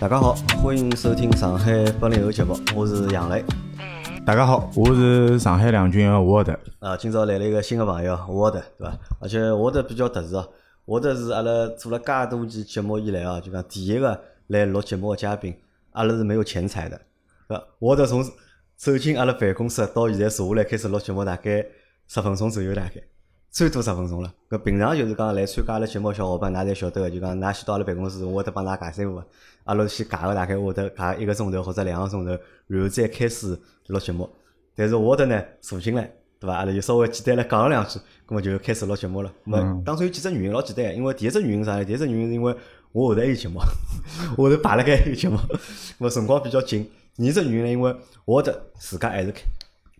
大家好，欢迎收听上海八零后节目，我是杨磊。大家好，我是上海两军的沃德。啊，今朝来了一个新的朋友，沃德，对伐？而且沃德比较特殊啊，沃德是阿拉做了介多期节目以来啊，就讲第一个来录节目的嘉宾，阿拉是没有钱财的，对伐？沃德从走进阿拉办公室到现在坐下来开始录节目，大概十分钟左右，大概最多十分钟了。搿平常就是讲来参加阿拉节目的小伙伴，㑚侪晓得个，就讲㑚先到阿拉办公室，我得帮㑚尬三胡啊，阿拉先尬个大概会得尬一个钟头或者两个钟头，然后再开始录节目。但是我的呢坐进来，对伐？阿拉就稍微简单来讲了两句，葛末就开始录节目了。咾么嗯当中有几只原因老简单，因为第一只原因是啥呢？第一只原因是因为我后头还有节目，我后头排了该还有节目，咾辰光比较紧。第二只原因呢，因为我的自家还是开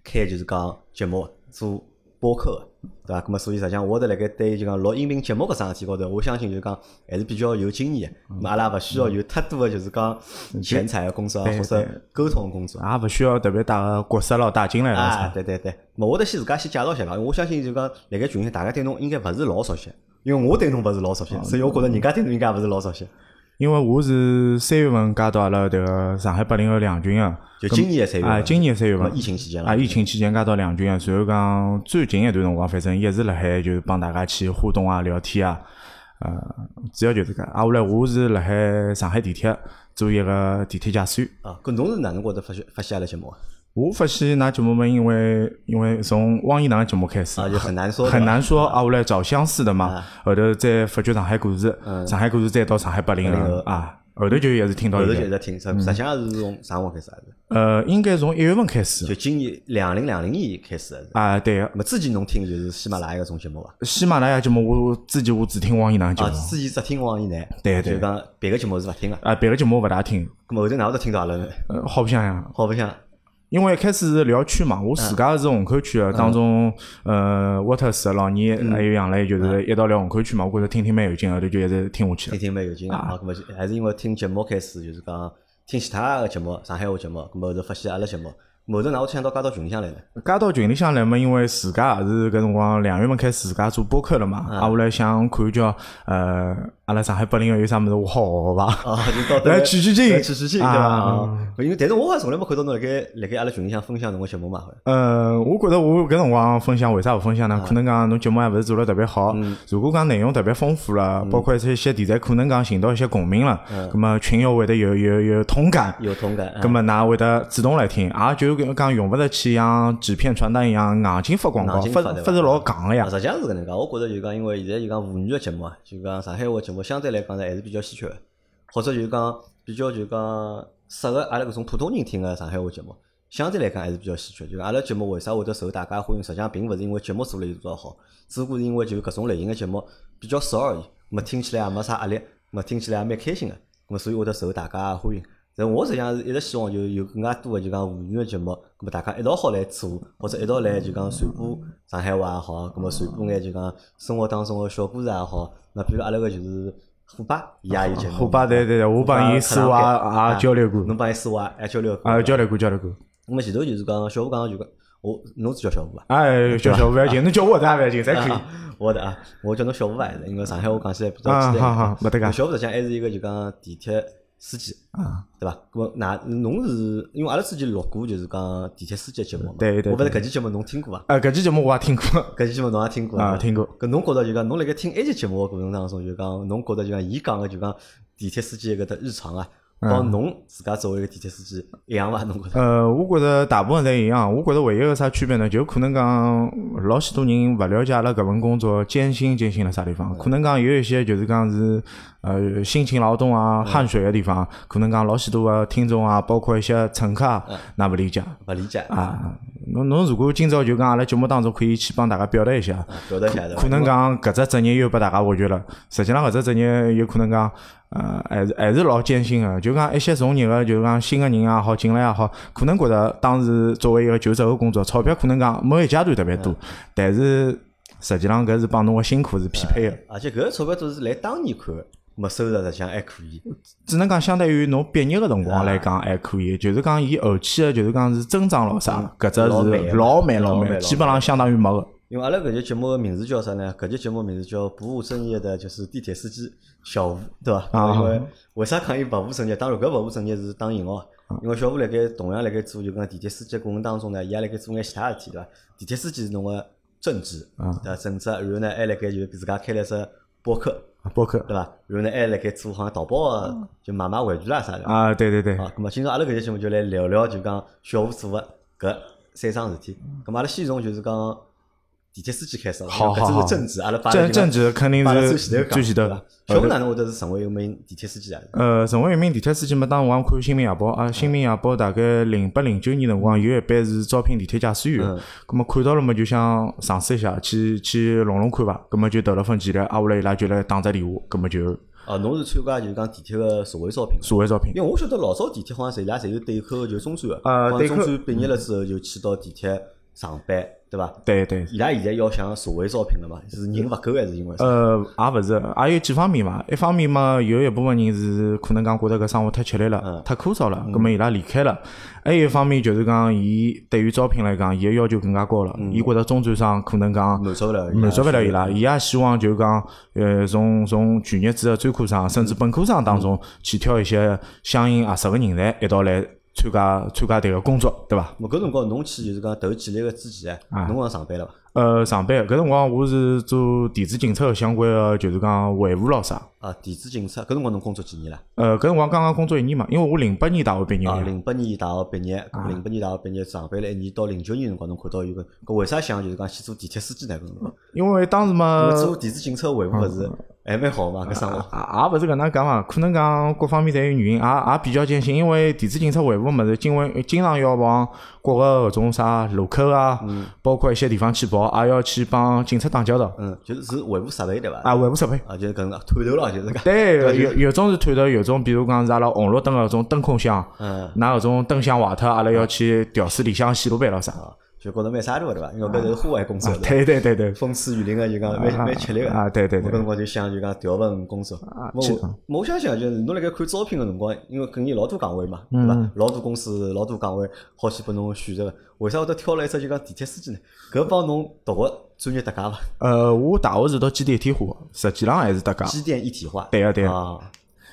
开就是讲节目做播客的，对伐？葛末所以实际上我的辣盖对于就讲录音频节目搿桩事体高头，我相信就是讲还是比较有经验的。咾么阿拉勿需要有太多的就是讲钱财的工作啊，对或者对沟通的工作。也勿需要特别带个角色咯，带进来了啊，啥。对对对，咾我得先自家先介绍一下吧。我相信就讲辣盖群里大家对侬应该勿是老熟悉，因为我对侬勿是老熟悉，哦所以我觉着人家对侬应该勿是老熟悉。因为我是三月份加到阿拉迭个上海八零后两军个，就今年的三月份啊，今年三月咾么份疫情期间啊，了，疫情期间加到两军啊，随后讲最近一段辰光，反正一直辣海就是帮大家去互动啊、聊天啊，呃，主要就这个。啊，后来我是辣海上海地铁做一个地铁驾驶员。啊，搿侬是哪能觉得发现发现阿拉节目啊？我发现㑚节目嘛，因为因为从汪一郎的节目开始，啊，就很难说的，嗯很难说啊，我来找相似的嘛。后头再发掘上海故事，嗯上海故事再到上海八零80后后啊，后头就一直听嗯到后头现就一在。直听，实实际上是从啥辰光开始啊？呃，应该从一月份开始就今年两零两零年开始的是。啊，对个。那么之前侬听的就是喜马拉雅搿种节目伐？喜马拉雅节目我自己我只听汪一郎的节啊，目之前只听王一楠，对对就讲别个节目是勿听个。啊，别个节目我勿大听，那么后头哪会得听到阿拉呢？呃，好白相呀。好白相，因为一开始是聊区嘛，嗯我自家是虹口区的，当中呃，沃特斯、老倪嗯还有杨磊，就是一道聊虹口区嘛，我觉着听听蛮有劲，后头就一直听下去了听。听蛮有劲的啊。那么就还是因为听节目开始，就是讲听其他个节目，上海话节目，那么后头发现阿拉节目，后头哪会想到加到群里向来呢？加到群里向来嘛，因为自家也是搿辰光两月份开始自家做播客了嗯嘛，啊，我来想看叫呃，阿拉上海八零后有啥物事我好学伐？ 啊，就到头来取取经来取取经，对伐？啊啊因为但是我还从来没看到侬辣盖辣盖阿拉群里向分享侬个节目嘛，好像呃，我觉得我搿辰光分享为啥勿分享呢？嗯可能讲侬节目还勿是做了特别好，如果讲内容特别丰富嗯了，包括一些题材，可能讲寻到一些共鸣了，葛么群友会得有有有同感。有同感。啊葛么，㑚会得主动来听，也就跟讲用勿着去像纸片传单一样硬劲发广告，硬劲发发对伐发是老戆个呀啊，。实际上是搿能介，我觉着就讲，因为现在就讲妇女个节目啊，就讲上海话节目相对来讲呢，还是比较稀缺的，或者就讲比较就讲适合阿拉搿种普通人听个上海话节目，相对来讲还是比较稀缺。就讲阿拉节目为啥会得受大家欢迎，实际上并勿是因为节目做了有多少好，只不过是因为就搿种类型个节目比较少而已，咹听起来也没啥压力，咹听起来也蛮开心个，咹所以会得受大家欢迎。但我实际上是一直希望就有更加多的就讲妇女的节目，咁么大家一道好来做，或者一道来就讲传播上海话也好，咁么传播眼就讲生活当中的小故事也好。那比如阿拉个就是虎爸，伊也有节目。啊虎爸对对对我帮伊私下也也啊交流过啊侬帮伊私下也交流过。啊，交流过，交流过。咁么前头就是讲小虎讲就讲，我侬是叫小虎伐？哎，叫小勿 要紧，侬叫我啥勿要紧，侪可以。我的啊，我叫侬小虎伐？还是因为上海话讲起来比较啊，简好单。好，没得那讲。小虎实际上还是一个就讲地铁司机，啊对伐？咁么，那侬是因为阿拉之前录过就是讲地铁司机的节目嘛？对对对我勿是搿期节目侬听过伐？呃，搿期节目我也听过搿期节目侬也听过啊，对伐听过。搿侬觉着就讲侬辣盖听埃期节目个过程当中，就讲侬觉着就讲伊讲个就讲地铁司机搿搭日常啊，嗯帮侬自家作为一个地铁司机一样伐？侬觉着？呃，我觉着大部分侪一样。我觉着唯一个啥区别呢，就可能讲老许多人勿了解阿拉搿份工作艰辛艰辛辣啥地方。可能讲有一些就是讲是呃辛勤劳动啊、汗水个地方，可能讲老许多个听众啊，包括一些乘客啊，那勿理解勿理解啊，啊。侬侬如果今朝就讲阿拉节目当中可以去帮大家表达一下，表达一下对伐？可能讲搿只职业又被大家挖掘了。实际上搿只职业有可能讲，呃，还是还是老艰辛个。就讲一些从业个，就讲新个人也好，进来也好，可能觉得当时作为一个求职后工作，钞票可能讲某一阶段特别嗯多，但是实际上搿是帮侬个辛苦是匹配个。而且搿个钞票都是来当年看个，没收入实际上还可以。只能讲相对于侬毕业个辰光来讲还可以，就是讲伊后期个就是讲是增长咯啥，搿只嗯老慢是个老慢老老慢老慢，基本上相当于没个。因因为阿拉搿节节目个名字叫啥呢？搿节节目名字叫不务正业的，就是地铁司机小吴，对伐？啊因为为啥讲伊不务正业？当然搿不务正业是打引号，因为小吴辣盖同样辣盖做就讲地铁司机的过程当中呢，伊也辣盖做眼其他事体，对伐？地铁司机是侬个正职，对伐？正职，啊然后呢还辣盖就是自家开了只博客，包括对伐？然后呢还辣盖做好像淘宝个，就买卖玩具啦啥的。啊，对对对，啊，咁么今朝阿拉搿节节目就来聊聊，就讲小吴做个搿三桩事体。咁么阿拉先从就是讲地铁司机开始啊，嗯好因为搿好只是好正职，阿拉摆政政治肯定摆了是最前头讲，最前头对伐的。小吴哪能会得是成为一名地铁司机啊？呃，成为一名地铁司机嘛，当时我看《新民夜报》啊，《新民夜报》大概零八零九年辰光有一版是招聘地铁驾驶员嗯的，咁么看到了嘛，就想尝试一下，去去弄弄看伐，咁么就投了份简历，啊，后来伊拉就来打只电话，咁么就哦，侬是参加就是讲地铁个社会招聘。社会招聘。因为我晓得老早地铁好像侪伊拉侪有对口，就中专个，好呃像对中口专毕业了之后就去到地铁上班，对伐？对对，伊拉现在要向社会招聘了嘛，是人勿够还是因为啥？呃，也勿是，也有几方面嘛。一方面嘛，有一部分人是可能讲觉得搿生活太吃力了，太枯燥了，葛末伊拉离开了。还有一方面就是讲，伊对于招聘来讲，伊个要求更加高了。伊觉得中专生可能讲满足勿嗯了，满足勿了伊拉，伊也希望就是讲，呃，从从全日制个专科生甚至本科生当中嗯去挑一些相应合适个人才，一道来参加参加迭个工作，对伐？么搿辰光侬去就是讲投简历个之前，啊侬讲上班了伐？呃，上班搿辰光我是做电子警察的相关个，就是讲维护咯啥。啊，电子警察，搿辰光侬工作几年了？呃，搿辰光刚刚工作一年嘛，因为我零八年大啊学毕业啊，的，零八年大学毕业，零八年大学毕业上班了一年，到零九年辰光侬看到有个，搿为啥想就是讲去做地铁司机呢？搿辰光，因为当时嘛因为，做电子警察维护勿是嗯还蛮好嘛，搿生活。啊也也勿是搿能讲嘛，可能讲各方面侪有原因，也也比较艰辛，因为电子警察维护物事，经为经常要往各个搿种啥路口啊，包括一些地方去跑，也要去帮警察打交道， 嗯，就是是维护设备对伐？啊，维护设备。啊，就是搿能探头了，就是讲。对，有有种是探头，有种比如讲是阿拉红绿灯个搿种灯控箱，嗯，拿搿种灯箱坏脱，阿拉要去调试里向线路板咾啥。啊，就觉着蛮傻大对伐？因为搿是户外工作，对伐啊对对对对，风吹雨淋个就讲蛮蛮吃力个啊对对对我搿辰光就想就讲调份工作。是我我想想就是侬辣盖看招聘个辰光，因为肯定有老多岗位嘛，嗯对伐？老多公司老多岗位好去拨侬选择个，为啥会得挑了一只就讲地铁司机呢？搿帮侬读个专业搭界伐？呃，我大学是读机电一体化，实际浪还是搭界，机电一体化。啊对个对个啊，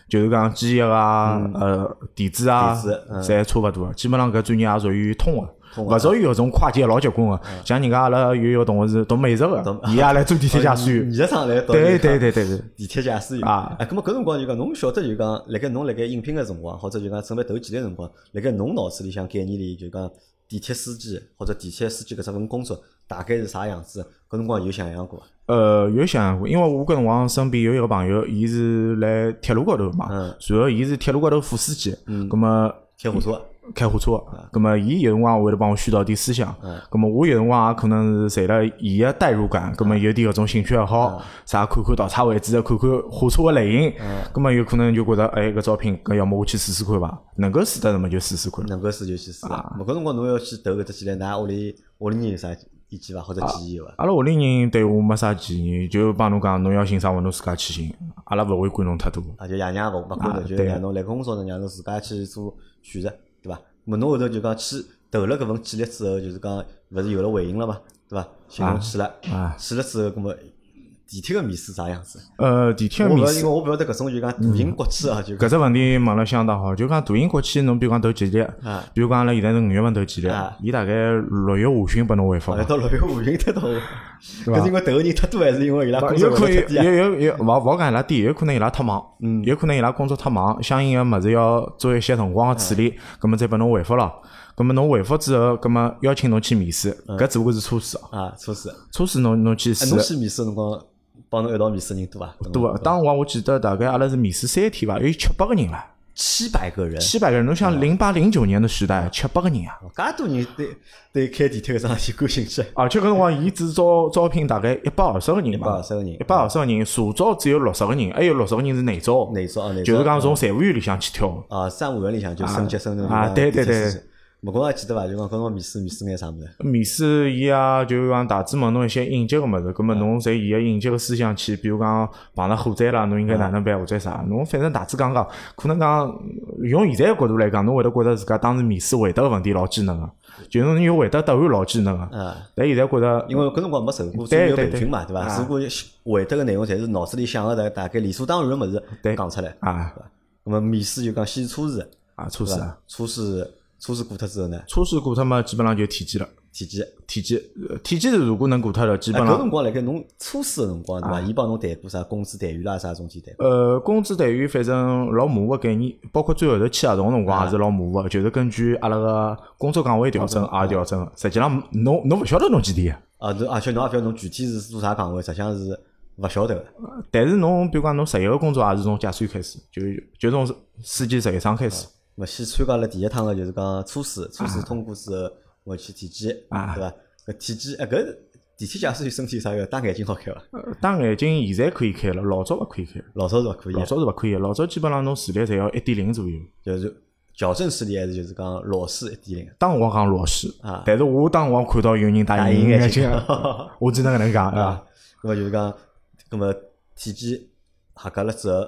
就是讲机械啊、呃电子啊电子，嗯侪差勿多。啊基本上搿专业也属于通个，通嗯勿属于搿种跨界老结棍个。像人家阿拉有一个同学是读美术个，伊也来做地铁驾驶员。艺术生来读就对讲对对对对，地铁驾驶员啊哎，咁么搿辰光就讲，侬晓得就讲，辣盖侬辣盖应聘个辰光，或者就讲准备投简历个辰光，辣盖侬脑子里向概念里就讲地铁司机或者地铁司机搿只份工作大概是啥样子？搿辰光有想象过伐？呃，有想过，因为我搿辰光身边有一个朋友，伊是来铁路高头嘛，嗯然后伊是铁路高头副司机，葛末开火车开火车，葛么伊有辰光会得帮我絮叨点思想嗯，葛么我有辰光也可能是随了伊个代入感，葛么嗯有点搿种兴趣爱好，啥看看倒车位置，啊看看火车个类型，嗯葛么有可能就觉着哎搿招聘，搿要么我去试试看伐，能够试得什么就试试看。能够试就去试啊。么搿辰光侬要去投搿只简历，㑚屋里屋里人有啥意见伐？或者建议伐？阿拉屋里人对我没啥建议，就帮侬讲，侬要寻啥活侬自家去寻，阿拉勿会管侬太多。啊，就爷娘勿勿管头，啊就对让侬来工作呢，让侬自家去做选择，对伐？么侬后头就讲去投了搿份简历之后，就是讲勿是有了回应了嘛，对伐？寻侬去了。啊，去了之后，葛么地铁个面试啥样子？呃，地铁我个面勿试因为。我勿晓得搿种就讲大型国企啊，就搿讲只问题问了相当好，就讲大型国企，侬比如讲投简历啊，比如讲阿拉现在是五月份投简啊历，伊大概六月下旬拨侬回复好。像到六月五旬才到位，对吧搿是因为投个人太多，还是因为伊拉工作有可量太能低啊？有有有，勿勿好讲伊拉低，有可能伊拉太忙，嗯有可能伊拉工作太忙，相应个物事要做一些辰光个处嗯理，葛末再拨侬回复咯。葛末侬回复之后，葛末邀请侬去面试，搿只不过是初试哦，啊，初试，初试侬侬去嗯哎，侬试。去面试的辰光，帮侬一道面试的人多啊伐？对伐？当辰光我记得大概阿拉是面试三天伐，有七八个人唻，七百个人，七百个人。侬嗯想零八零九年的时代，七八个人啊！哦介多人对对开地铁搿桩事体感兴趣，啊而且搿辰光伊只招招聘大概一百二十个人一百嘛二，十个人一，百二十个人，社招只有六十个人，还有六十个人是内招，内招啊内招，就是讲从财务员里向去挑。啊，三五人里向就升级升成啊对对对。木工还记得伐？就讲搿辰光面试面试眼啥物事？面试伊啊，就是讲大致问侬一些应急个物事，葛末侬侪沿个应急个思想去，比如讲碰着火灾啦，侬应该哪能办或者啥，侬反正大致讲讲，可能讲用现在个角度来讲，侬会得觉着自家当时面试回答个问题老艰难个，就是侬有回答答案老艰难个，啊，但现在觉着因为搿辰光没受过专对业对培训嘛，对伐？啊如果回答个内容侪是脑子里想个大大概理所当然个物事对讲出来，啊那么面试就讲先初试，啊初对试啊，伐？初试初试过脱之后呢，初试过脱嘛，基本上就体检了，体检。体检呃体检如果能过脱了，基本啊，搿辰上。光辣盖侬初试个辰光啊对伐？伊帮侬谈过啥工资待遇啦啥种体谈过。呃，工资待遇反正老模糊个概念，包括最后头签合同辰光啊也是老模糊个，就是根据阿拉个工作岗位哎调整哎而调整的。实际上，侬侬勿晓得侬几点个，啊，侬而且侬也勿晓得侬具体是做啥岗位，实际上是勿晓得个。但是侬比如讲侬实习个工作也是从假算开始，就就从暑期实习生开始。么先参加了第一趟个就是讲初试，初试通过之后，我去体检，啊对伐？搿体检，哎，搿地铁假使有身体有啥个戴眼镜好 看伐？呃戴眼镜现在可以开了，老早勿可以开，老早是勿可以的老，早是勿可以的，老早基本上侬视力侪要一点零左右。就是矫正视力还是就是讲老视一点零。当辰光讲弱视啊，但是我当辰光看到有人哎戴戴隐隐形眼眼镜镜， 我只能搿能讲，是伐？咁么就是讲，咁么体检合格了之后，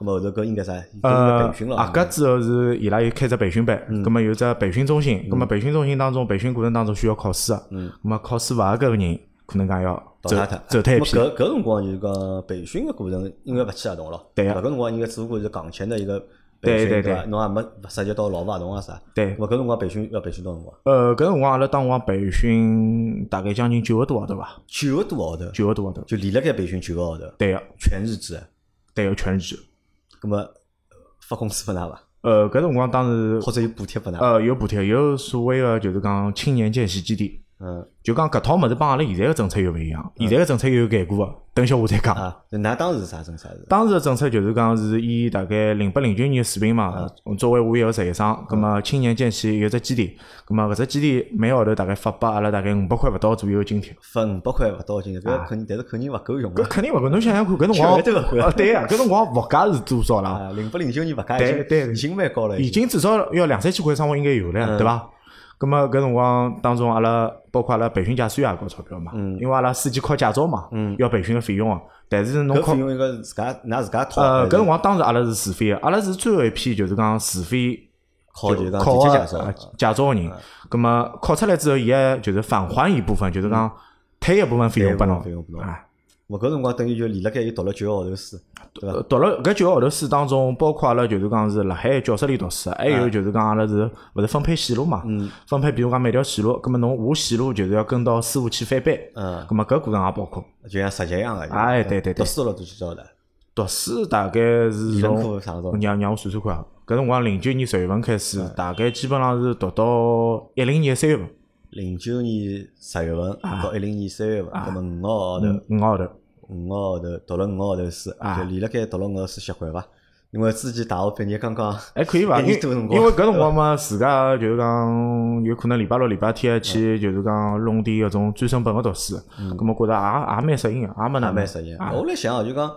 咁么后头搿应该啥？应该呃，培训了。嗯合格之后是伊拉有开只培训班，咁么有只培训中心，咁么培训中心当中，培训过程当中需要考试个，嗯咁么考试勿合格个人，可能讲要淘走汰脱。走脱一咁批。搿搿辰光就是讲培训个过程，应该勿签合同咯。对呀伐搿辰光应该只不过是港前的一个培对训，对伐？对侬也没勿涉及到劳务合同啊啥。对咁，搿辰光培训要培训到辰光，呃，搿辰光阿拉当辰光培训大概将近九个多号头伐，九个多号头，九个多号头。就连辣盖培训九个号头，对个，全日制。对个，全日制。咁么发工资拨㑚伐？呃，搿辰光当时或者有补贴拨㑚？呃有补贴，有所谓个就是讲青年见习基地，嗯就讲搿套物事帮阿拉现在个政策又勿一样，现在个政策又有改过个，等歇下再讲。啊，㑚当时是啥政策是？当时的政策就是讲是以大概零八零九年水平嘛，作为我一个实习生，葛么青年见习有只基地，葛么搿只基地每个号头大概发拨阿拉大概五百块勿到左右个津贴。发五百块勿到劲，搿肯定，但是肯定勿够用搿啊。肯定勿够，侬想想看，搿 辰绝对勿够光啊，对呀，搿辰光物价是多少 啦？啊，零八零九年物价对已对经已经蛮高了，已经至少要两三千块生活应该有了呀，对伐？葛么搿辰光当中，阿拉包括阿拉培训驾驶员也交钞票嘛，因为阿拉司机考驾照嘛，要培训个费用啊。但是侬搿考费用应该是自家㑚自家掏呃，还搿是辰光当时阿拉是自费个，阿拉是最后一批就是讲自费靠就是讲考直接介啊绍。驾照个人，嗯葛么考出来之后，伊还就是返还一部分，就是讲退一部分费用拨退一部侬分费用拨。侬哎，我搿辰光等于就连辣盖又读了九个号头书，对伐？呃读了搿九个号头书当中，包括阿拉就是讲是辣海教室里读书，还嗯有就是讲阿拉是勿是分配线路嘛？分配比如讲每条线路，葛么侬下线路就是要跟到师傅去翻班，嗯，葛么搿过程也包括。就像实习一样个。哎对对读对书了都去教了，读书大概是理论从课啥个让让我算算看啊，搿辰光零九年十月份开始，嗯大概基本上是读到一零年三月份，零九年十月份啊到一零年三月份，搿么五个号头，五个号头。五个号头读了五个号头书，嗯啊就连辣盖读了五个书习惯伐？因为之前大学毕业刚刚还哎可以一伐？因为年多辰光因为搿辰光嘛，自家就是讲有可能礼拜六、礼拜天去，嗯就是讲弄点搿种专升本个读书，葛末觉着也也蛮适应个，也没也哪蛮适应。我辣想啊，就讲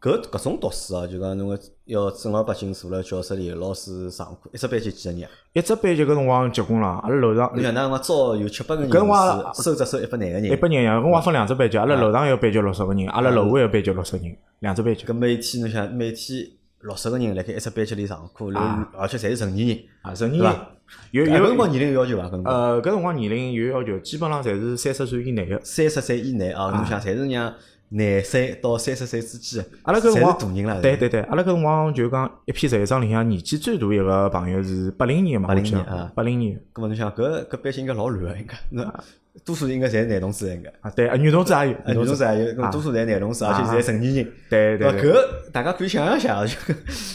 搿搿种读书啊，就讲侬个要正儿八经坐辣教室里，老师上课，一只班级几个人啊？一只班级搿辰光结棍了，阿拉楼上侬像那辰光招有七八个人，啊搿辰光是收只收一百廿个人啊一，百人呀，搿辰光分两只班级，阿拉嗯楼上一个班级六十个人，阿拉楼下一个班级六十人，两只班级搿每天侬想每天六十个人辣盖一只班级里上课，然后而且侪是成年人，啊，十对人伐啊有哎搿辰有光年龄有要求伐？搿辰光呃，搿辰光年龄有要求，基本上侪是三十岁以内个。三十岁以内啊，侬想侪是让廿岁到三十岁之间，阿拉搿辰光侪是大人了，对对对，阿拉搿辰光就讲一批实习生里向年纪最大一个朋友是八零年嘛， 80年啊八零年。咁么侬想搿搿班级应该老乱啊，应该，那多数应该侪是男同志应该，啊，对，啊女同志也有，呃女同志也有，咁多数侪是男同志，而且侪成年人。对对对，搿大家可以想象一下，就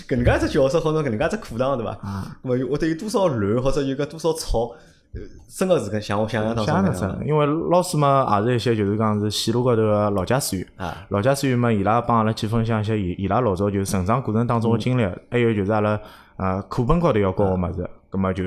搿能介一只教室或者搿能介一只课堂对伐？啊咁么有会得有多少乱，或者有搿多少吵，呃真个是跟像我想象当中想那得样的出，因为老师嘛，也是一些就是讲是线路高头个老驾驶员。啊。老驾驶员嘛，伊拉帮阿拉去分享一些伊伊拉老早就是成长过程当嗯中个经历，还有就是阿拉呃课本高头要教个物事，葛么就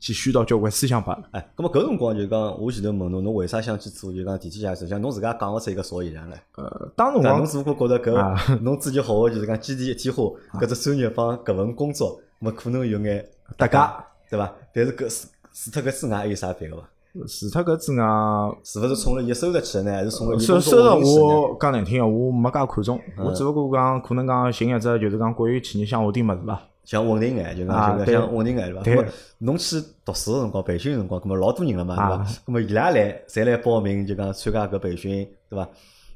去虚导交关思想吧。哎，咁么搿辰光就讲，我前头问侬，侬为啥想去做就讲电器驾驶？像侬自家讲勿出一个所以然来。呃，当辰但侬光啊只不过觉得搿 侬自己学个就是讲基地一体化，搿只专业帮搿份工作，没可能有眼大家对伐？但是搿是除脱搿之外还有啥别个伐？除脱搿之外，是勿是冲着伊收入去的呢？还是冲着伊收哦工收作入稳定去的呢？我讲难听个，我没介看重，嗯我只不过讲可能讲寻一只就是讲国有企业想下点物事伐。想稳定眼，就啊讲就对讲想稳定眼对伐？对那么侬去读书个辰光，培训个辰光，那么老多人了嘛，对啊伐？那么伊拉来，侪来报名，就讲参加搿培训，对伐？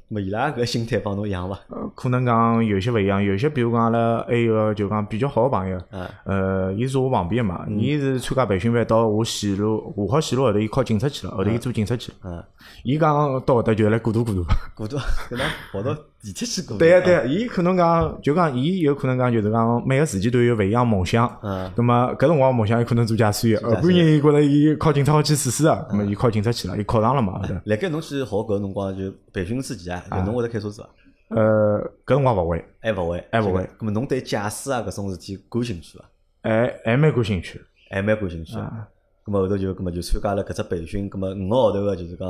那么伊拉搿心态帮侬一样伐？呃，可能讲有些勿一样，有些比如讲阿拉还有个就讲比较好个朋友，啊呃，伊是我旁边个嘛，伊是参加培训班到我线路，华好线路后头伊考警察去了，后头伊做警察去了，啊，伊讲到搿搭就来过渡过渡。过渡搿能跑到地铁去过渡。 对呀啊对呀，伊可能讲就讲伊有可能讲就是讲每个时期段有勿一样梦想。嗯那么搿辰光梦想有可能做驾驶员，后半年伊觉着伊考警察好去试试啊，那么伊考警察去了，伊考上了嘛。后头辣盖侬去学搿个辰光，就培训之前啊，就侬会得开车子伐？呃，搿辰光勿会，还勿会，还勿哎会啊这个。那么侬对驾驶啊搿种事体感兴趣伐？啊还还蛮感兴趣。还蛮感兴趣的。咁么后头就咁么就参加了搿只培训，咁么五个号头个啊就是讲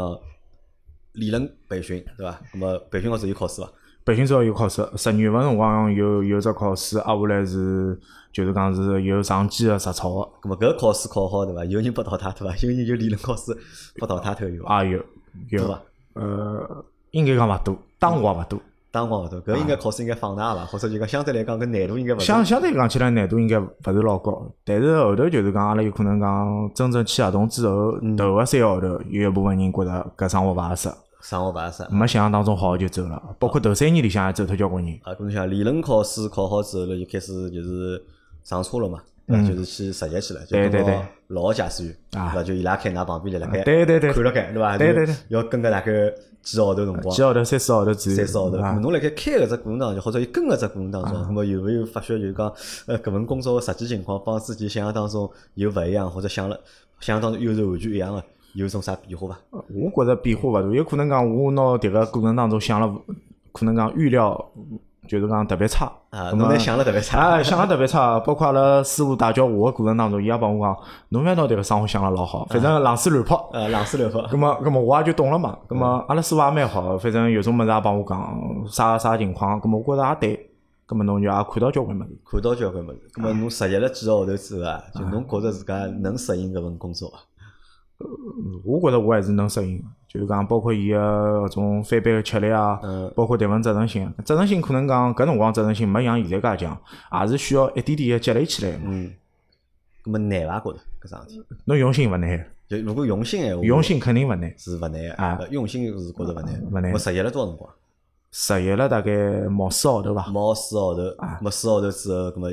理论培训，对伐？咁么培训好之后有考试伐？培训之后有考试，十月份辰光有有只考试，挨下来是就是讲是有上机个实操个，咁么搿考试考好对伐？有人被淘汰对伐？ 有人就理论考试被淘汰脱有伐？也啊有对有伐？呃，应该讲勿多，当辰光勿多，当光号头搿应该考试应该放大伐？或者就讲相对来讲搿难度应该勿相大。相对讲起来难度应该勿是老高，但是后头就是讲阿拉有可能讲真正签合同之后，嗯头个三个号头有一部分人觉着搿生活勿合适，生活勿合适。啊，没想象当中好就走了，包括头三年里向也走脱交关人，咁侬想理论考试考好之后了，就开始就是上车了嘛，对伐？就是去实习去了，就嗯对对跟对啊牢老个驾驶员，对伐？就伊拉开㑚旁边立辣盖对对对，看几辣盖，对伐？对对对，要跟个大概几个号头辰光。个号头三四个号头左右，三四号头。嗯啊咁侬辣盖开搿只过程当中，或者伊跟搿只过程当中，咁么有没有发觉就是讲，呃，搿份工作个实际情况帮自己想象当中有勿一样，或者想了想象当中又是完全一样个，有种啥变化伐？我觉着变化勿大，有可能讲我拿迭个过程当中想了，可能讲预料就是讲特别差。啊，咁侬啊在想了特别差，哎，想了特别差，包括阿拉师傅带教我个过程当中，伊也帮我讲，侬勿要拿迭个生活想了老好，嗯反正浪水乱跑。呃，冷水流泡。咁么，咁么我也就懂了嘛。咁嗯么，阿拉师傅也蛮好，反正有种物事也帮我讲，啥啥情况，咁么我觉着也对。咁么侬就也看到交关物事。看到交关物事，咁啊么侬实习了几个号头之后啊，就侬觉着自家能适应搿份工作伐？我觉着我还是能适应的，就是讲包括伊个搿种翻班个吃力啊，嗯包括迭份责任心，责任心可能讲搿辰光责任心没像现在介强，也是需要一点点个积累起来的嘛。嗯，咁么难伐？觉着搿桩事体，侬用心勿难，就如果用心闲话，用心肯定勿难。是勿难个，啊呃用心是觉着勿难。勿难我实习了多少辰光？实习了大概毛四个号头伐，毛四个号头，啊咁四个号头之后，咁么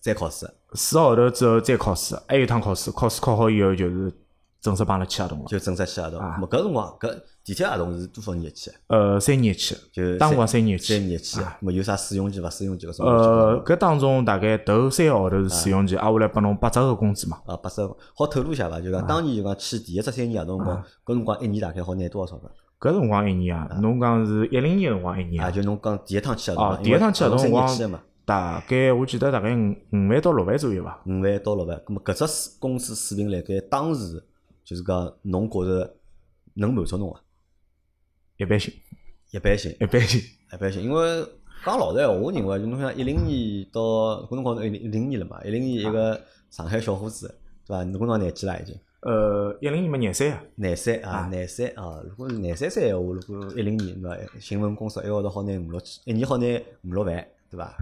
再考试，四个号头之后再考试，还有一趟考试，考试考好以后就是正式帮阿拉签合同了。就正式签合啊同。咁么搿辰光搿地铁合同是多少年签？呃，三年签，就当光三年三签。年签，咁么有啥试用期勿试用期搿种？呃，搿当中大概头三个号头是试用期，挨下来拨侬八折个工资嘛。啊，八十好透露一下伐？啊就讲当年就讲签第一只三年合同辰光，搿辰光一年大概好拿多少钞票？搿辰光一年啊，侬讲是一零年辰光一年啊，啊，就侬讲第一趟签合哦同，，第一趟签合同辰三光年签的嘛，大概我记得大概五五万到六万左右伐。五万到六万。咁么搿只工资水平辣盖当时就是讲侬觉着能满足侬伐？一般性，一般性。一般性。一般性，因为讲老实闲话，我认为就侬像一零年到搿辰光一零一零年了嘛，一零年一个上海小伙子，对伐？侬搿辰光廿几啦已经， 呃，一零年嘛廿三啊，廿三啊，廿三啊，如果是廿三岁闲话，如果一零年对伐？新闻工作一个号头好拿五六千，一年好拿五六万，对伐？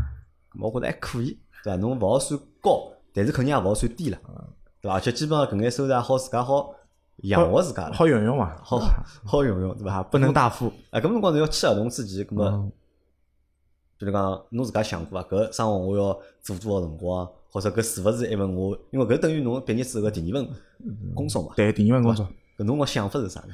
咾我觉着还可以，对伐？侬勿好算高，但是肯定也勿好算低了，啊对伐？而且基本上搿眼收入也好自家好养活自家了，好用用嘛，好好用用，对伐啊，？不能大富。啊，搿辰光侬要签合同之前，搿么嗯，就是讲侬自家想过伐？啊搿生活我要做多少辰光，或者搿是勿是一份我？因为搿等于侬毕业之后个第二份工作嘛。对，第二份工作。搿侬个想法是啥呢？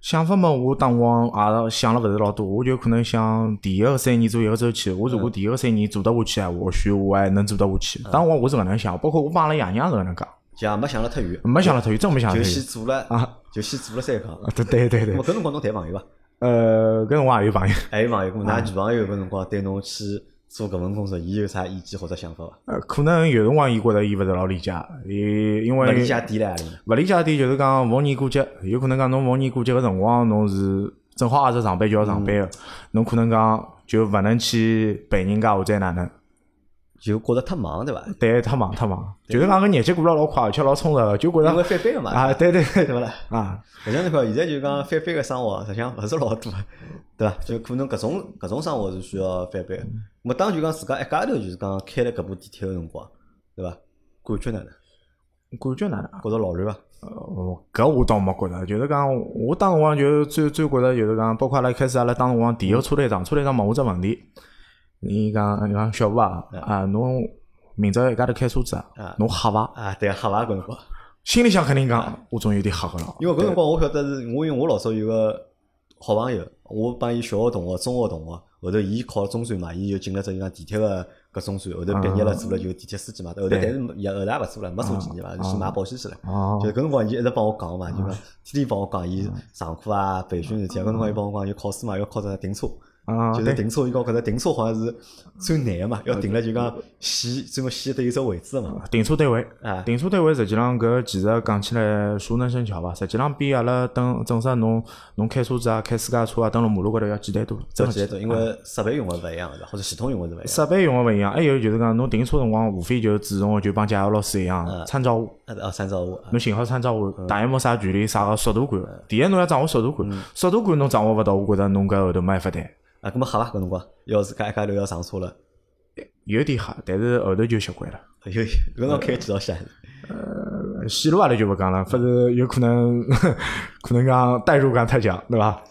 想法嘛，我当光也想了勿是老多，我就可能想第一个三年做一个周期。我如果第一个三年做得下去啊，或许我还能做得下嗯去。当光我是搿能想，包括我帮阿拉爷娘是搿能讲，就也没想了太远，没想了头，真没想了就头。先做了啊，就先做了三个。啊对对对咾对么，搿辰光侬谈朋友伐？呃，搿辰光也有朋友，还有朋友，搿啊么㑚女朋友搿辰光对侬去做搿份工作，伊有啥意见或者想法伐？呃可能有辰光伊觉着伊勿是老理解，伊因勿为理解点辣何里呢？勿理解点就是讲逢年过节，有可能讲侬逢年过节个辰光，侬是正好也是嗯上班就要上班个，侬可能讲就勿能去陪人家或者哪能。就觉着太忙对伐？对，太忙太忙，就是讲搿日节过了老快，而且老充实的，就觉因为着翻倍个嘛，啊，对对对勿啦？啊，实际上，侬看现在就讲翻倍个生活，实际上勿是老多，对伐？就可能搿种搿种生活是需要翻倍。个。嗯咹当就讲自家一家头就是讲开了搿部地铁个辰光，对伐？感觉哪能？感觉哪能？觉着老乱伐？哦，搿我倒没觉着，就是讲我当辰光就是最最觉着就是讲，包括阿拉一开始阿拉当辰光第一个车队长，车队长问我只问题，伊讲伊讲小吴啊，嗯啊侬明朝一家头开车子啊啊，侬吓伐？啊，对啊，吓伐搿辰光？心里想肯定讲，我总有点吓个了，嗯因为搿辰光我晓得是，我因为我老早有个好朋友，我帮伊小学同学、中学同学，后头伊考中专嘛，伊就进了只就讲地铁个搿中专，后头毕业了做了就地铁司机嘛，后头但是没也后头也勿做了，没做几年嘛，就去买保险去了。哦就搿辰光，伊一直帮我讲嘛，就讲天天帮我讲伊上课啊、培训事体啊。搿辰光伊帮我讲，伊考试嘛要考只停车，啊，就对是停车，伊讲搿只停车好像是最难个嘛，要停了就讲线，专门线得有只位置个嘛。停车单位啊，停车单位实际上搿其实讲起来熟能生巧伐，实际上比阿拉等正式侬侬开车子啊、开私家车啊，登了马路高头要简单多，真这的几多，因为设备用个勿一样，是吧或者系统用个是勿一样。设备用的勿一样，还哎有就是讲，侬停车辰光无非就是注重的就帮驾校老师一样，参照物，啊啊，三十五啊侬幸好参照物，大约没啥距离，啥个速度感。第一，侬要掌握速度感，速度感侬掌握勿到，我觉着侬搿后头没办法谈，啊，搿么吓伐？搿辰光要自家一家头要上车了，有点吓，但是后头就习惯了。哎呦，搿辰光开几条线？呃线路阿拉就勿讲了，反正有可能 可能讲代入感太强，对伐？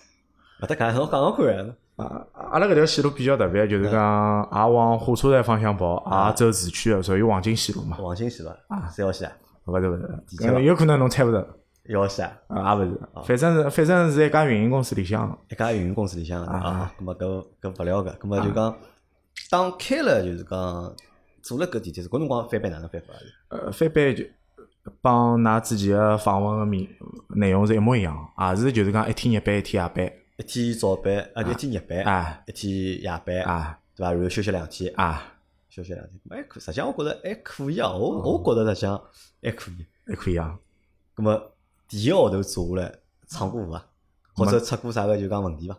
勿搭讲，侬讲讲看。啊，阿拉搿条线路比较特别，就是讲也往火车站方向跑，也走市区的，属于黄金线路嘛，黄金线了，三号线啊，勿是勿是哦地铁，路有可能侬猜勿着。一号线啊，啊，也勿是，反正是反正是一家运营公司里向的。一家运营公司里向的啊，葛末搿搿勿聊搿，葛末就讲当开了就是讲做了搿地铁，搿辰光翻版哪能翻法？呃，翻版就帮㑚之前个访问个面内容是一模一样，也是就是讲一天日班一天夜班，一天早班啊，就一天日班，啊一天夜班，啊对伐？然后休息两天，啊，休息两天，葛末还可，实际上我觉着还可以啊，我我觉着实际上还可以。还可以啊。葛末第一个号头做下来，唱过舞伐？或者出过啥个就讲问题伐？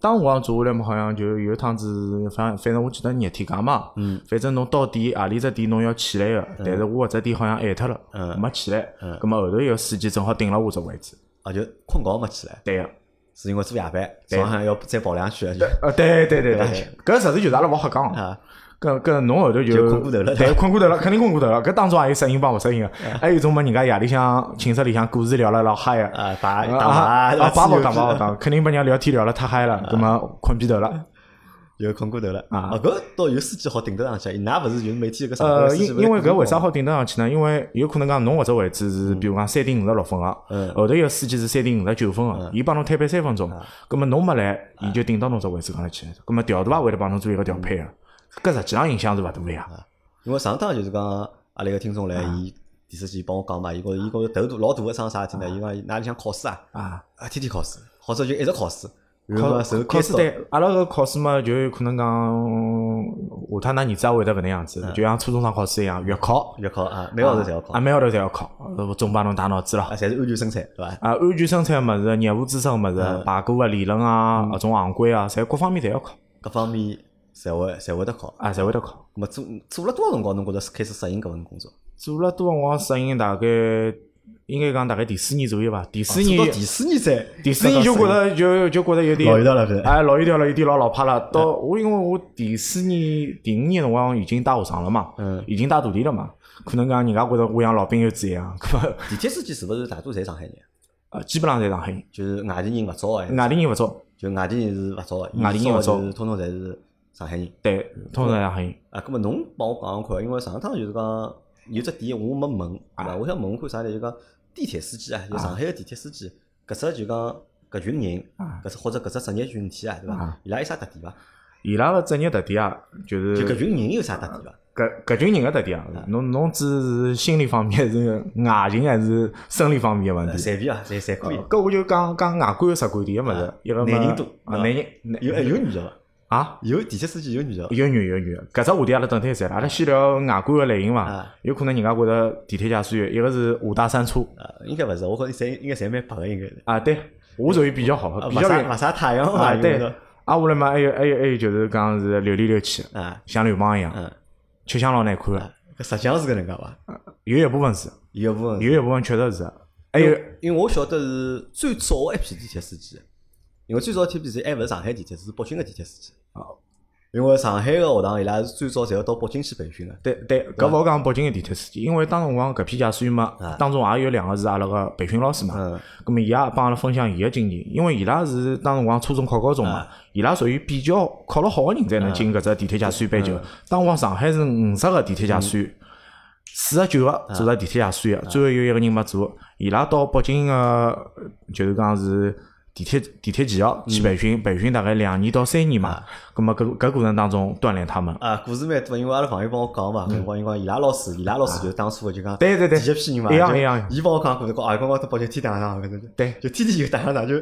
当辰光做下来嘛，好像就有一趟子，反反正我记得热天假嘛，嗯，反正侬到点何里只点侬要起来个，但是我搿只点好像晚脱了，嗯没起来嗯，葛末后头有个司机正好顶了我只位置，啊，就困觉没起来，对啊个。是因为做夜班，对早上要再跑两圈，就呃，对对对啊对对，搿实事求是阿拉勿好讲个。啊，搿搿侬后头就就困过头了嗯对，困过头了，肯定困过头了。搿当中也有适应帮勿适应个，啊还有一种么人家夜里向寝室里向故事聊了老嗨个，啊，打啊打牌，啊，八宝打八宝打，打，肯定把人家聊天聊了太嗨嗯了，葛么困皮头了。又困过头了啊啊，搿倒有司机好顶得上去，伊㑚勿是就是每天有个上班呃，司因机因为搿为啥好？好顶得上去呢？因为有可能讲侬搿只位置是，比如讲三点五十六分啊个，嗯后头一个司机是三点五十九分个，伊帮侬推班三分钟，葛么侬没来，伊就顶到侬只位置高头去，葛么调度也会得帮侬做一个调配个，搿实际上影响是勿大个啊呀。因为上趟就是讲阿拉一个听众来，啊伊电视机帮我讲嘛，伊觉着伊觉着头大老大个桩啥事体呢？伊讲伊㑚里向考试啊，啊。啊天天考试，或者就一直考试，然后考嘛受考试监督对，阿拉搿考试嘛，就有可能讲，下趟㑚儿子也会得搿能样子，就像初中生考试一样，月考，要考啊，每个号头侪要考啊，每号头侪要考，呃总帮侬打脑子了啊，。侪是安全生产，对伐？啊，安全生产物事、业务知识物事、排过个理论啊、搿种行规啊，侪各方面侪要考，各方面侪会侪会得考。啊，侪会得考。咁么做做了多少辰光，侬觉着开始适应搿份工作？做了多少辰光适应？大概应该讲大概第四年左右吧。第四哦啊做到年，第四年再，第四年就觉着就就觉着有点老一道了，是吧？哎，老一条了，有点老老怕了。到我因为我第四年、第五年辰光已经带学生了嘛，嗯已经带徒弟了嘛，可能讲人家觉着我像老兵幼稚一 样，搿么地铁司机是勿是大多侪上海人？呃基本上侪上海人，就是外地人勿招个，外地人勿招，就外地人是勿招个，外地人勿招就是通通侪是上海人。对，通常上海人。啊，咁么侬帮我讲讲看，因为上趟就是讲有只点我没问，对啊伐？我想问看啥呢？就讲地铁司机啊，就上海个地铁司机，搿只就讲搿群人，啊搿只或者搿只职业群体啊，对伐啊？伊拉有啥特点伐？伊拉个职业特点啊，就是就搿群人有啥特点伐？搿搿群人个特点啊，侬侬只是心理方面还是外形还是生理方面个问呃题？随便啊，侪侪可以。搿我就讲讲外观有啥观点个物事啊，一个嘛男人多啊，啊男人男有哎有女的伐？啊。有地铁司机有女的伐？有女有女，搿只话题阿拉等天再聊。阿拉先聊外观个类型伐啊？有可能人家觉着地铁驾驶员，一个是五大三粗啊，应该勿是，我觉着侪应该侪蛮白个，应该是。啊，对我属于比较好啊，比勿较晒远勿晒太阳 啊，嘛，对哦有的。挨下来嘛，还有还有还有就是讲是流里流气，啊，像流氓一样，嗯，吃相老难看个。搿实际上是搿能介伐？有一部分是，有一部分是，有一部分确实是。还有因为我晓得是最早的一批地铁司机，因为最早的一批地铁还勿是上海地铁，是北京个地铁司机。哦因为上海个学堂伊拉是最早侪要到北京去培训个，对对，搿啊勿好讲北京个地铁司机，因为当辰光搿批驾驶员嘛，当中也有两个是阿拉个培训老师嘛。嗯，咁么伊也帮阿拉分享伊个经验，因为伊拉是当辰光初中考高中嗯嘛，伊拉属于比较考了好个人才能进搿只地铁驾驶员班嗯级。当辰光上海是五十个地铁驾驶员，四十九嗯个做了地铁驾驶员，最后有一个人没做。伊拉到北京个就是讲是地铁地铁技校去培嗯训，培训大概两年到三年嘛。咁么搿搿过程当中锻炼他们。啊，故事蛮多，因为阿拉朋友帮我讲嘛，搿辰光伊讲伊拉老师，伊拉老师就是当初个就讲嗯对对对第一批人嘛，一样就一样伊帮我讲过，就讲啊，伊帮我到北京天打上，反正就对就天天就打上打，就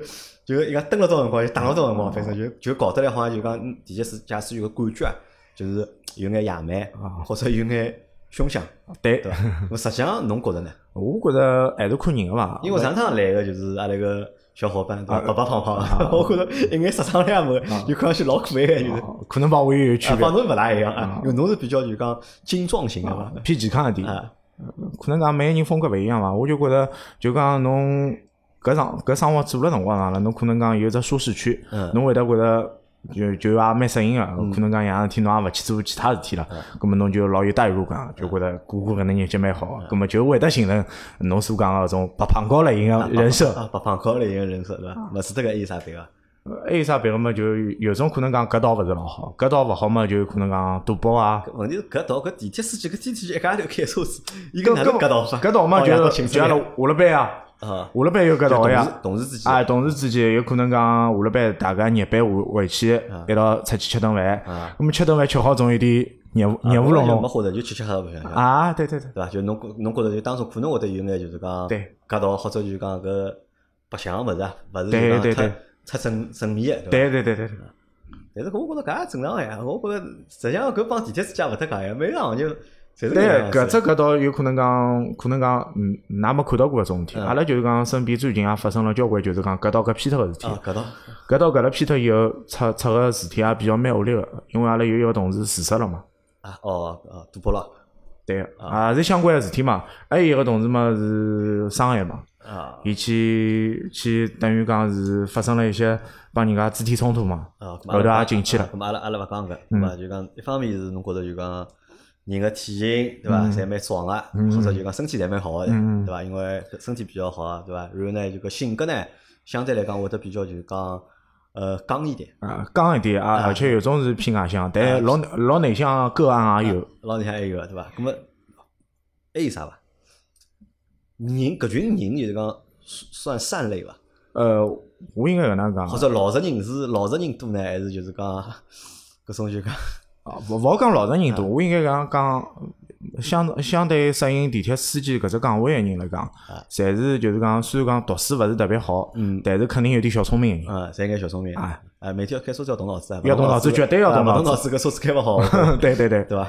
就伊讲蹲了多少辰光，就打了多少辰哦光，反正就就搞得来好像就讲嗯地铁司驾驶员个感觉啊，就是有眼野蛮，啊或者有眼凶相，对对，伐？ 那实际上侬觉着呢？我觉着还是看人个伐。因为上趟来个就是阿拉个小伙伴，对啊伐？白白胖胖， 我觉着一眼杀伤力也没有，就看上去老可爱个，就是。哦可能帮我也有啊区啊，别帮，侬勿大一样啊，因为侬是比较就讲精壮型个嘛，偏健康一点。啊，可能讲每个人风格勿一样伐，我就觉着就讲侬搿生搿生活做了辰光长了，侬可能讲有只舒适区嗯，侬会得觉着就就也蛮适应个，可能讲样事体侬也勿去做其他事体了，葛末侬就老有代入感，就觉着过过搿能日节蛮好，葛末就会得形成侬所讲个搿种白胖高类型个人设。啊，白胖高类型个人设对伐？勿是迭个意思啊，对伐？呃还有啥别个嘛？就有种可能讲搿道勿是老好，搿道勿好嘛，就可能讲赌博啊。搿问题是搿道搿地铁司机搿天天就一家头开车子，伊搿搿哪能搿道法？搿道嘛，哦就呀到是寝室就阿拉里下了班啊，啊，下了班有搿道同个呀事。同事之间啊，同事之间有可能讲下了班，大家夜班回回去一道出去吃顿饭。啊，咁么吃顿饭吃好，总有点热乎热乎龙啊隆没隆或者就吃吃喝喝，想想啊！对对对，对伐？就侬觉侬觉着就当中可能会得有眼就是讲，对，搿道或者就讲搿白相个物事啊，勿是对就对讲对太太正正面个，伐？对对对对对，但是搿我觉着搿也正常呀，我觉着实际上搿帮地铁司机也勿搭界呀，每个行业啊侪是对样搿子只搿道有可能讲，可能讲，嗯，㑚没看到过搿种事体。阿拉就是讲，身边最近也发生了交关，就是讲搿道搿偏脱个事体。啊，搿道搿道搿了偏脱以后，出出个事体也比较蛮恶劣个，因为阿拉有一个同事自杀了嘛。啊哦啊赌博了对，也是相关个事体嘛。还有一个同事嘛是伤害嘛，啊伊去去等于讲是发生了一些帮人家肢体冲突嘛，啊，搿么后头阿拉也进去了嗯啊。搿么阿拉阿拉勿讲搿，对伐？就讲一方面是侬觉着就讲人个体型对伐，嗯侪蛮壮个，或者就讲身体侪蛮好个，对伐？因为身体比较好啊，对伐？然后呢，就搿性格呢，相对来讲会得比较就是讲呃刚一点，啊，刚一点啊，而啊且有种是偏外向，但老老内向个案也有。老里向还有个对伐？搿么还有啥伐？人搿群人就是讲算善类伐？呃，我应该搿能讲，或者老实人是老实人多呢，还是就是讲搿种就讲啊勿勿好讲老实人多，我应该讲讲相相对适应地铁司机搿只岗位个人来讲，侪是就是讲虽然讲读书勿是特别好，但是肯定有点小聪明个人。啊，侪眼小聪明啊，啊，每天要开车子要动脑子啊，要动脑子绝对要动脑子子，动脑子搿车子开勿 好，对 对对对，伐？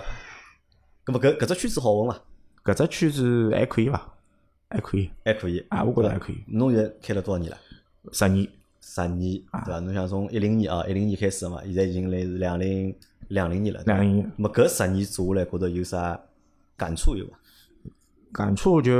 搿么搿搿只圈子好混伐？搿只圈子还可以伐？还可以还可以，啊，我觉着还可以，侬现在开了多少年了？十年。十年，哎对伐？侬想从一零年啊，一零年开始嘛，现在已经来是两零两零年了，对伐两零年。咹搿十年做下来，觉着有啥感触有伐？感触就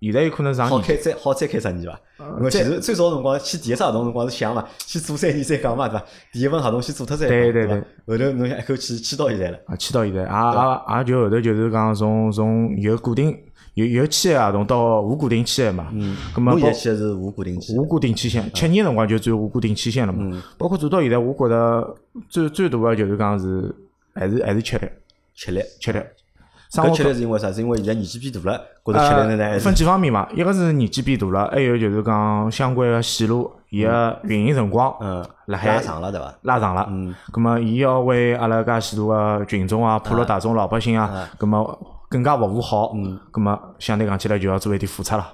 现在有可能上好年纪，开再好再开十年伐？呃因为其实最早辰光签第一只合同辰光是想嘛，先做三年再讲嘛，对伐？第一份合同先做脱再讲，对对伐？后头侬想一口气签到现在了，啊，签到现在，也也也就后头就是讲从从有固定有有签约合同到无固定签约嘛，嗯，咁么侬包现在签是嗯无固定期无固定期限，七年辰光就转无固定期限了嗯嘛，包括做到现在，我觉着最最大个就是讲是还是还是吃力吃力，吃力，生搿活吃力是因为啥？是因为现在年纪变大了，觉着吃力呢？还呃是分几方面嘛，一个是年纪变大了，还有就是讲相关个线路伊个运营辰光嗯，啊辣海拉长了对伐？拉长了，嗯，咁么伊要为阿拉介许多个群众啊、普罗大众、老百姓啊，咁么更加服务好，嗯，咁么相对讲起来就要做一点付出了，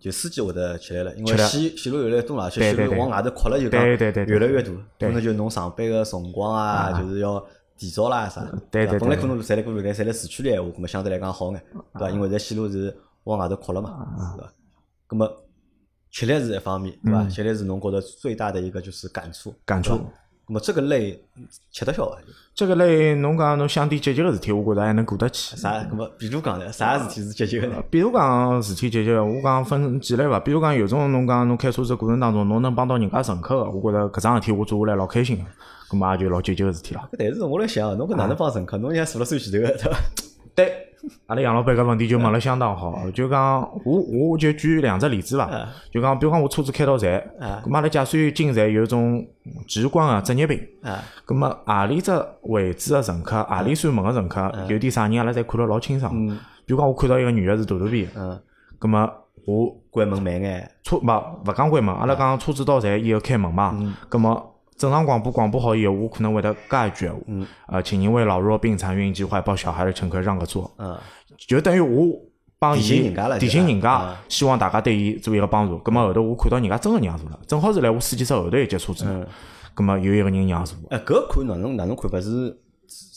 就司机会得吃力了，因吃为力线线路越来越多了，而且对线对路对往外头扩了就讲对对对对越来越大，对可能就侬上班个辰光啊，就是要提早啦啥。对对伐对啊本来可能侪辣搿侪辣市区里闲话，搿么相对来讲好眼，对伐？因为现在线路是往外头扩了嘛，是伐？搿嗯么吃力是一方面，对伐？吃力是侬觉着最大的一个就是感触，感触对伐。那么这个类吃得消伐？啊这个类侬讲侬想点节节个事体，我觉着还能过得去。啥？那么比如讲呢，啥事体是解决个呢？比如讲事体解决，我讲分几类伐。比如讲有种侬讲侬开车子过程当中，侬能帮到人家乘客个，我觉着搿桩事体我做下来老开心个，咁嘛也就老解决个事体了。但是我辣想，侬搿啊哪能帮乘客？侬人家坐辣最前头个，对伐？对，阿拉杨老板搿问题就问了相当好，就讲我我就举两只例子伐，就讲比如讲我车子开到站，啊咁嘛阿拉驾驶员进站有一种直观个职业病，啊，咁么何里只位置个乘客，何里扇门个乘客，有点啥人阿拉侪看了老清爽。比如讲我看到一个女个是大肚皮，嗯，咁么我关门慢眼，车勿勿讲关门，阿拉讲车子到站以后开门嘛，咁么。正常广播广播好以后，我可能会得加一句闲话，呃，请您为老弱病残、孕及怀抱小孩的乘客让个座。嗯，就等于我帮伊提醒人家了提醒人对吧啊家，希望大家对伊做一个帮助。咁么后头我看到人家真个让座了，正好是来我司机室后头一节车子嗯嘛，咁么有一个人让座，哎，搿看哪能哪能看法是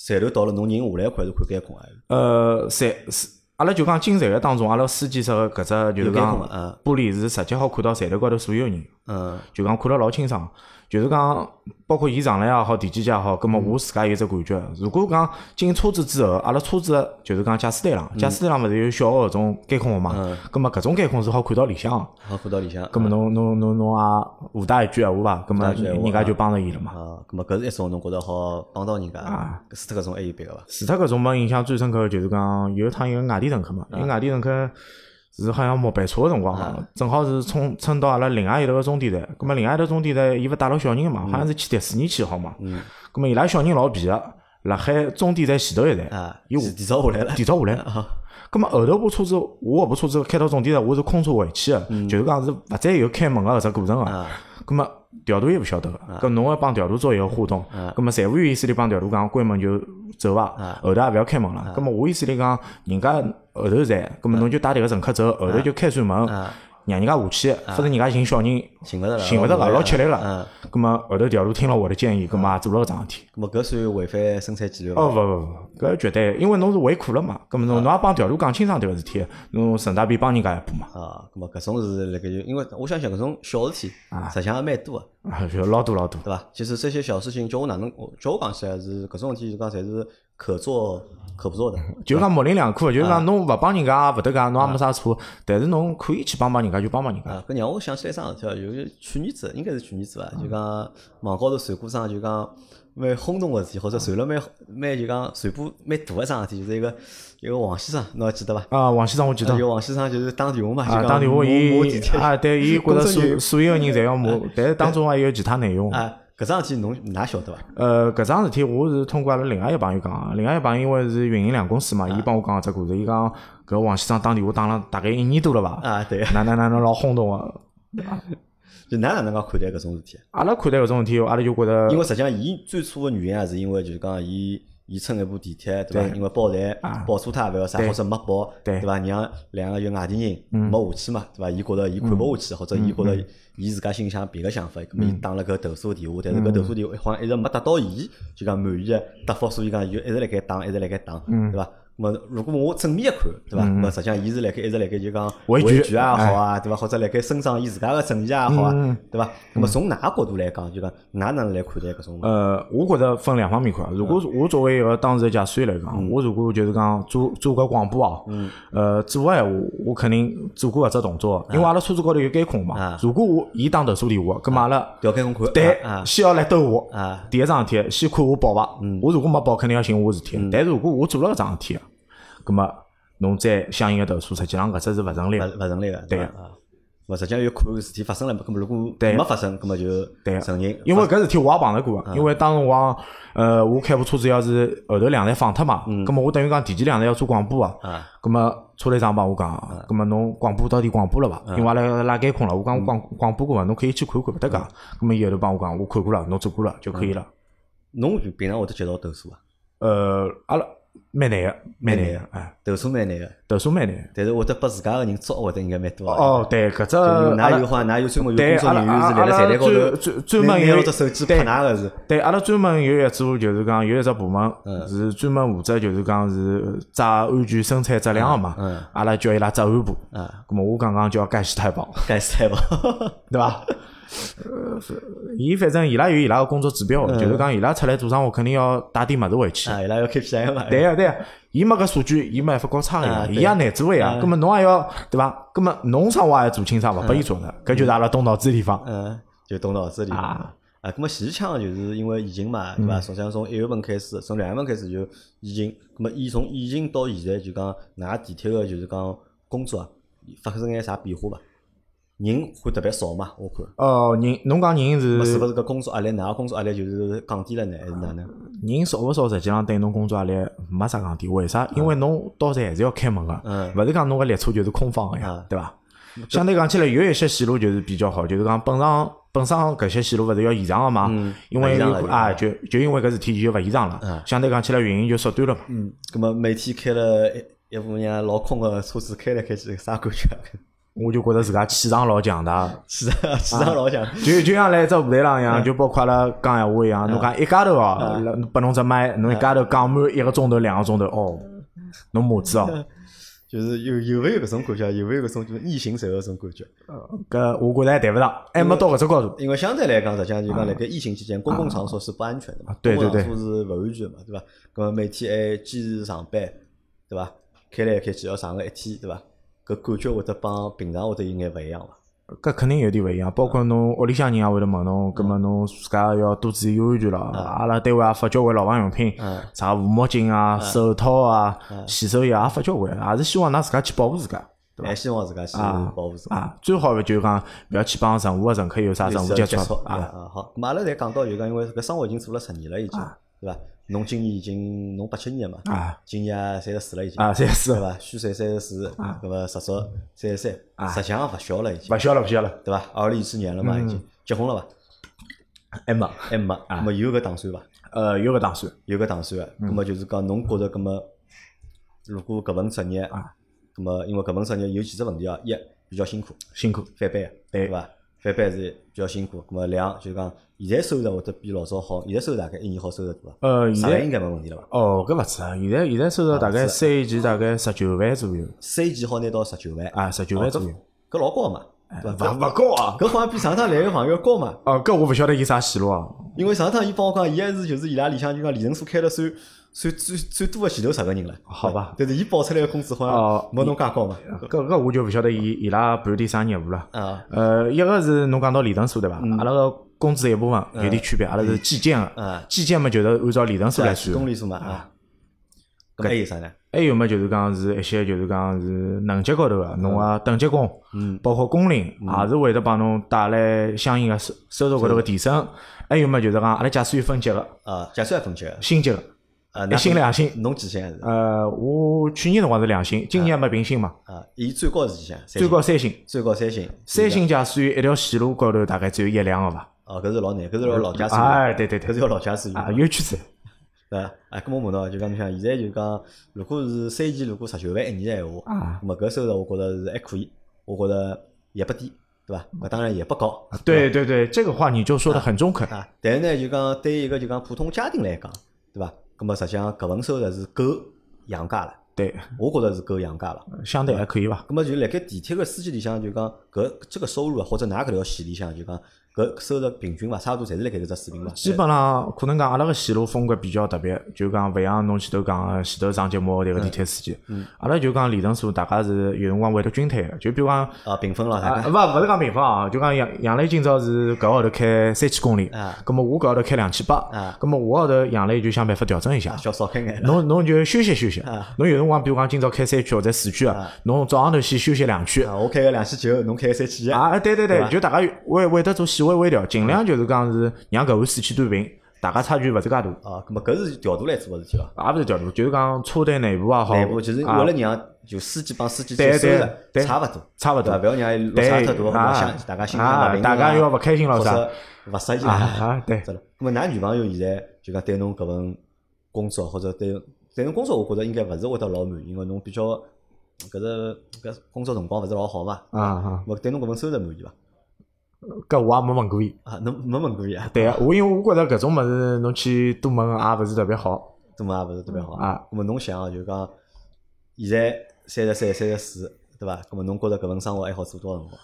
站头到了，侬人下来看还是看监控啊？呃，在是阿拉就讲进站个当中，阿拉司机室个搿只就有是监讲控啊，玻璃是直接好看到站头高头所有人，嗯就讲看了老清爽。就是讲，包括伊上来也好，第几节也好，咁嗯么我自家有只感觉。如果讲进车子之后，阿拉车子就是讲驾驶台上，嗯驾驶台上勿是有小个搿种监控个嘛？咁么搿种监控是好看到里向个。嗯，好看到里向。咁么侬侬侬侬也附带一句闲话伐？咁么附带一句闲话人家就帮着伊了嘛。啊，搿么搿是一种侬觉得好帮到人家，啊搿除脱搿种还有别个伐？除脱搿种没印象最深刻的就是讲有一趟有个外地乘客嘛，有个外地乘客是好像末班车个辰光，正好是冲蹭到阿拉另外一头个终点站，咁么另外一头终点站伊勿带牢小人个嘛，好像是去迪士尼去好嘛，咁么伊拉小人老皮个，辣海终点站前头一站啊，有提早下来了，提早下来，啊咁么后头部车子我搿部车子开到终点站，我是空车回去个，就是讲是勿再有开门个搿只过程个。嗯啊咁么调度也勿晓得个，咁侬要帮调度做一个互动，啊咁么财务员意思里帮调度讲关门就走伐，后头也勿要开门啊了。咁么我意思里讲，人家后头站，咁么侬就带迭个乘客走，后啊头就开扇门，让人家下去，否则人家寻小人寻勿啊着了，寻勿着了，老吃力了。嗯，咁么后头调度听了我的建议，咁么也做了搿桩事体。搿么搿算违反生产纪律伐？哦，勿勿勿，搿绝对，因为侬是为苦了嘛，咁么啊侬侬也帮调度讲清爽迭个事体，侬顺带便帮人家一把嘛，啊，咁么搿种是辣盖就，因为我想想搿种小事体，实际上也蛮多个，啊， 就老多老多。对伐？其实这些小事情，叫我哪能，我叫我讲起来是搿种事体，就讲侪是可做可不做的。 就讲模棱两啊可，就是讲侬勿帮人家也勿得讲，侬也没啥错，但是侬可以去帮帮人家就帮帮人家。啊，搿让我想起来一桩事体啊，就是去年子，应该是去年子伐？就讲网高头传过桩，就讲蛮轰动个事体，或者传了蛮蛮就讲传播蛮大个桩事体，就是一个一个王先生，侬还记得伐？啊，王先生我记得啊，就王先生就是打电话嘛，就啊，讲打电话骂地伊铁啊，对伊觉工着作人员哎所所有人侪要骂，但是当中还有其他内容。啊，搿桩事体侬㑚晓得伐？呃，搿桩事体我是通过阿拉另外一朋友讲啊，另外一朋友因为是运营两公司哎嘛，伊帮我讲搿只故事，伊讲搿王先生打电话打了大概一年多了伐，啊，对，哪哪哪能老轰动啊！就㑚哪能介看待搿种事体？阿拉看待搿种事体，阿拉就觉因着为实际上，伊最初个原因也是因为就是讲伊伊乘一部地铁，对伐？因为报站报错他也勿晓得啥，啊对或者没报，对对嗯伐？让两个就外地人没下去嘛，对伐？伊觉着伊看勿下去，或者伊觉着伊自家心里向别个想法，咁伊嗯打了搿投诉电话，但是搿投诉电话好像一直没得到伊就讲满意个答复，所以讲伊就一直辣盖打，一直辣盖打，嗯对伐？咁么如果我正面一看，对伐？咁么实际上伊是辣盖一直辣盖就讲维权哎权也好啊，对伐？或者辣盖伸张伊自家个正义也好嗯啊，对伐？咁么从㑚角度来讲，就讲㑚哪能来看待搿种？呃，我觉着分两方面看。如果是嗯我作为一个当事的驾驶员来讲，我如果就是讲做做搿广播啊，嗯呃，做个闲话，我肯定做过搿只动作，因为阿拉车子高头有监控啊嘛。如果我伊打投诉电话，葛末阿拉调监控看，对啊先要来兜我。啊，嗯第一桩事体，先看我报伐。我如果没报，肯定要寻我事体。但是如果我做了搿桩事体，葛末侬再相应个投诉，实际上搿只是勿成立勿的。勿成立个，对伐？啊，勿实际上有看事体发生了嘛，咁么如果对没发生，咁么就对啊承认，因为搿事体我也碰着过，啊因为当辰光，呃，我开部车子要是后头两站放脱嘛，咁么我等于讲提前两站要做广播啊，啊咁么车队长帮我讲啊，咁么侬广播到底广播了伐？因为阿拉拉监控了，我讲我广广播过伐？侬可以去看看，勿得讲。咁么伊后头帮我讲，我看过了，侬做过了就可以了。侬平常会得接到投诉伐？啊呃，阿拉蛮难个，蛮难个，哎，投诉蛮难个，投诉蛮难的。但是会得拨自家个人捉获得应该蛮多个。哦，对，搿只因为阿㑚有拉话，㑚有专门有对工作阿拉人员是阿辣拉辣站台高头专专专门拿有拿只手机对拍㑚个是，对，阿拉专门有一组，就是讲有一只部门嗯是专门负责，就是讲是抓安全生产质量个嘛嗯嗯。阿拉叫伊拉执安部。啊， 咁么我刚刚叫介西太帮，该塞伐？对伐？呃伊反正伊拉有伊拉个工作指嗯标，就是讲伊拉出来做生活，肯定要带点物事回去。啊，伊拉要 KPI 嘛，对，呀对呀，伊没搿数据，伊没办法搞差个啊呀，对伊也难做呀。啊葛末侬也要对伐？葛末侬生活也做清爽，勿拨伊做呢，搿就是阿拉动脑子个地方。嗯，就动脑子里嘛啊。啊，那么前腔就是因为疫情嘛，对伐？从像从一月份开始，从两月份开始就疫情，那么疫从疫情到现在就讲，㑚地铁个就是讲工作啊，发生眼啥变化伐？人会特别少嘛？我看，哦，人侬讲人那么是是勿是搿工作压力，㑚个工作压力就是降低了呢，还是哪能？人少勿少，实际上对侬工作压力没啥讲点。为啥？因为侬到站还是要开门嗯个，勿是讲侬个列车就是空放个啊呀，对伐？相对讲起来，有一些线路就是比较好，就是讲本上本身搿些线路勿是要延长个嘛嗯，因为延长了有延啊，长就就因为搿事体就勿延长嗯了，相对讲起来运营就缩短了嘛。嗯，那么每天开了一一部让老空个车子开来开去，啥感觉？啊 我就觉着自家气场老强大，气场气场啊老强，就就像来只舞台上嗯一样，就包括阿拉讲闲话一样，侬讲一家头哦，来拨侬只麦，侬一家头讲满一个钟头、两个钟头哦，嗯侬母子 哦，就是有有没有搿种感觉？有没有搿种就是逆行者搿种感觉？搿我觉着还谈勿上，还没到搿只高度。因为相对来讲，实际上就讲辣盖疫情期间，公共场所是不安全的嘛，啊对公共对场所是勿安全的嘛，对伐？搿么每天还坚持上班，对伐？开来开去要上个一天，对伐？搿感觉会得帮平常会得有眼勿一样伐？搿肯定有点勿一样，包括侬屋里向人也会得问侬，葛末侬自家要多注意安全咯。阿拉单位也发交关老防用品嗯，啥护目镜啊、手套啊、洗手液也发交关，也是希望㑚自家去保护自家，对伐还？希望自家去啊保护自家。啊，最好就是讲勿要去帮任何个乘客有啥任何接接触对伐啊。啊，好，咁阿拉侪讲到就讲，因为搿生活已经做了十年了，已经，对伐？侬今年已经侬八七年的嘛，啊今年三十四了已经，啊，三啊四对伐？虚岁三十四，搿么实足三十三，啊实际上勿小了已经勿，晓了，勿晓了，对伐？二零一四年了嘛，嗯已经结婚了伐？还没。还哎没，啊那么有搿打算伐？呃，有搿打算。有搿打算个，嗯那么就是讲侬觉着，那么如果搿份职业，啊那么因为搿份职业有几只问题啊，一比较辛苦，辛苦。翻倍，对伐？翻倍是比较辛苦，那么两就是讲现在收入会得比老早好，现在收入大概一年好收入对伐？呃，现上来在应该没问题了伐？哦，搿勿止啊，现在现在收入大概三一期大概十九万左右三级好拿到十九万，啊，十九万左右，哦搿老高嘛，对勿伐？勿高啊。搿好像比上趟来个朋友高嘛，哦，搿我勿晓得伊啥线路啊。因为上趟伊帮我讲，伊还是就是伊拉里向就讲里程数开了算算最最多的前头十个人了，好吧但是伊报出来的工资好哦像没侬介高嘛。搿搿我就勿晓得伊伊拉盘点啥业务了。啊，呃，一个是侬讲到里程数对伐？阿拉个工资一部分有点区别，阿拉是计件呃嗯个，计件嘛就是按照里程数来是算公的。里数嘛啊。搿还有啥呢？还有么就是讲是一些就是讲是能级高头个，侬个等级工，嗯包括工龄，也是会得帮侬带来相应个收收入高头个提升。嗯还有么就是讲阿拉假使有分级个，啊，假设要分级，星级个，啊，一星两两星。侬几星还是？呃，我去年辰光是两星，今年还没评星嘛，啊，伊最高是几星？三最星高三星。最高三星。三星假使有一条线路高头大概只有一辆个伐？啊，搿是老难，搿是要老家子，哎，对对搿对是，要老家子啊，有圈子。对伐？啊，搿么问到就讲，侬想现在就讲，如果是三期，如果十九万一年的闲话，啊那么搿收入我觉着是还可以，我觉着也不低，对伐？搿当然也不高，对对对，这个话你就说的很中肯。啊，但是呢，就讲对于一个就讲普通家庭来讲，对伐？搿么实际上搿份收入是够养家了，对，我觉着是够养家了。相对还可以吧。搿么就辣盖地铁个司机里向，就讲搿这个收入啊，或者㑚搿条线里向，就讲搿收入平均伐，差勿多侪是辣盖搿只水平伐？基本上可能讲阿拉个线路风格比较特别，就讲勿像侬前头讲呃个前头上节目迭个地铁司机，嗯阿拉就讲里程数大家是有辰光会得均摊个，就比如讲啊，评分了，大啊概勿勿是讲平方啊，就讲杨杨磊今朝是搿个号头开三千公里啊，葛末我搿号头开两千八啊，葛末我号头杨磊就想办法调整一下。小少啊开眼了。侬侬就休息休息啊，侬有辰光比如讲今朝开三区或者四区啊，侬早浪头先休息两区，啊，我开个两千九，侬开个三千一。啊，对对对对吧，就大家会会得做细微微调，尽量就是讲是让搿碗水气端平，大家差距勿是介大，啊，咁么搿是调度来做个事体伐？也勿是调大，就是讲车队内部也好，内部就是啊为了让就司机帮司机对接收对的对差勿多，差勿对伐？多啊勿要让伊落对差太大，啊互相大家心啊态勿平衡啊大家要勿开心了或啥者勿适应 啊啊，对，对了。咁么，㑚女朋友现在就讲对侬搿份工作，或者对对侬工作，我觉着应该勿是会得老满意，因为侬比较搿只搿工作辰光勿是老好嘛。啊啊，我对侬搿份收入满意伐？搿我也没问过伊。啊，侬没问过伊啊？对啊，我因为我觉着搿种物事侬去多问也勿是特别好怎么也勿是特别好啊。咁么侬想啊，就讲现在三十三、三十四，对伐？咁么侬觉着搿份生活还好做多少辰光？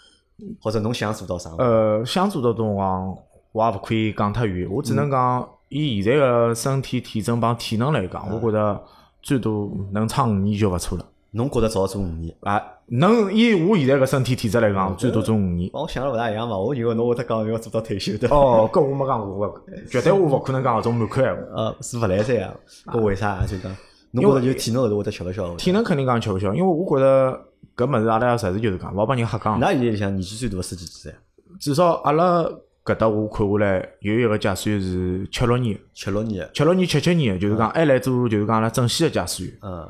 或者侬想做到啥？呃，相处的辰光，我也勿可以讲太远，我只能讲以现在个身体体征帮体能来讲，我觉着最多能撑五年就勿错了。侬觉着至少做五年？啊，能以我现在个身体体质来讲，最多做五年。帮我想了勿大一样嘛，我以为侬会得讲要做到退休的。哦，搿我没讲过，勿绝对我勿可能讲搿种满口闲话。 呃，是勿来三啊？搿为啥啊？就讲侬觉着就体能后头会得吃勿消？体能肯定讲吃勿消，因为我觉着搿物事阿拉实事求是讲，勿好帮人瞎讲。嗯㑚现在里向年纪最大个司机几岁啊？至少阿拉搿搭我看下来，有一个驾驶员是七六年的，七六年的，七六年、七七年的，就是讲还来做，就是讲阿拉正西的驾驶员，嗯，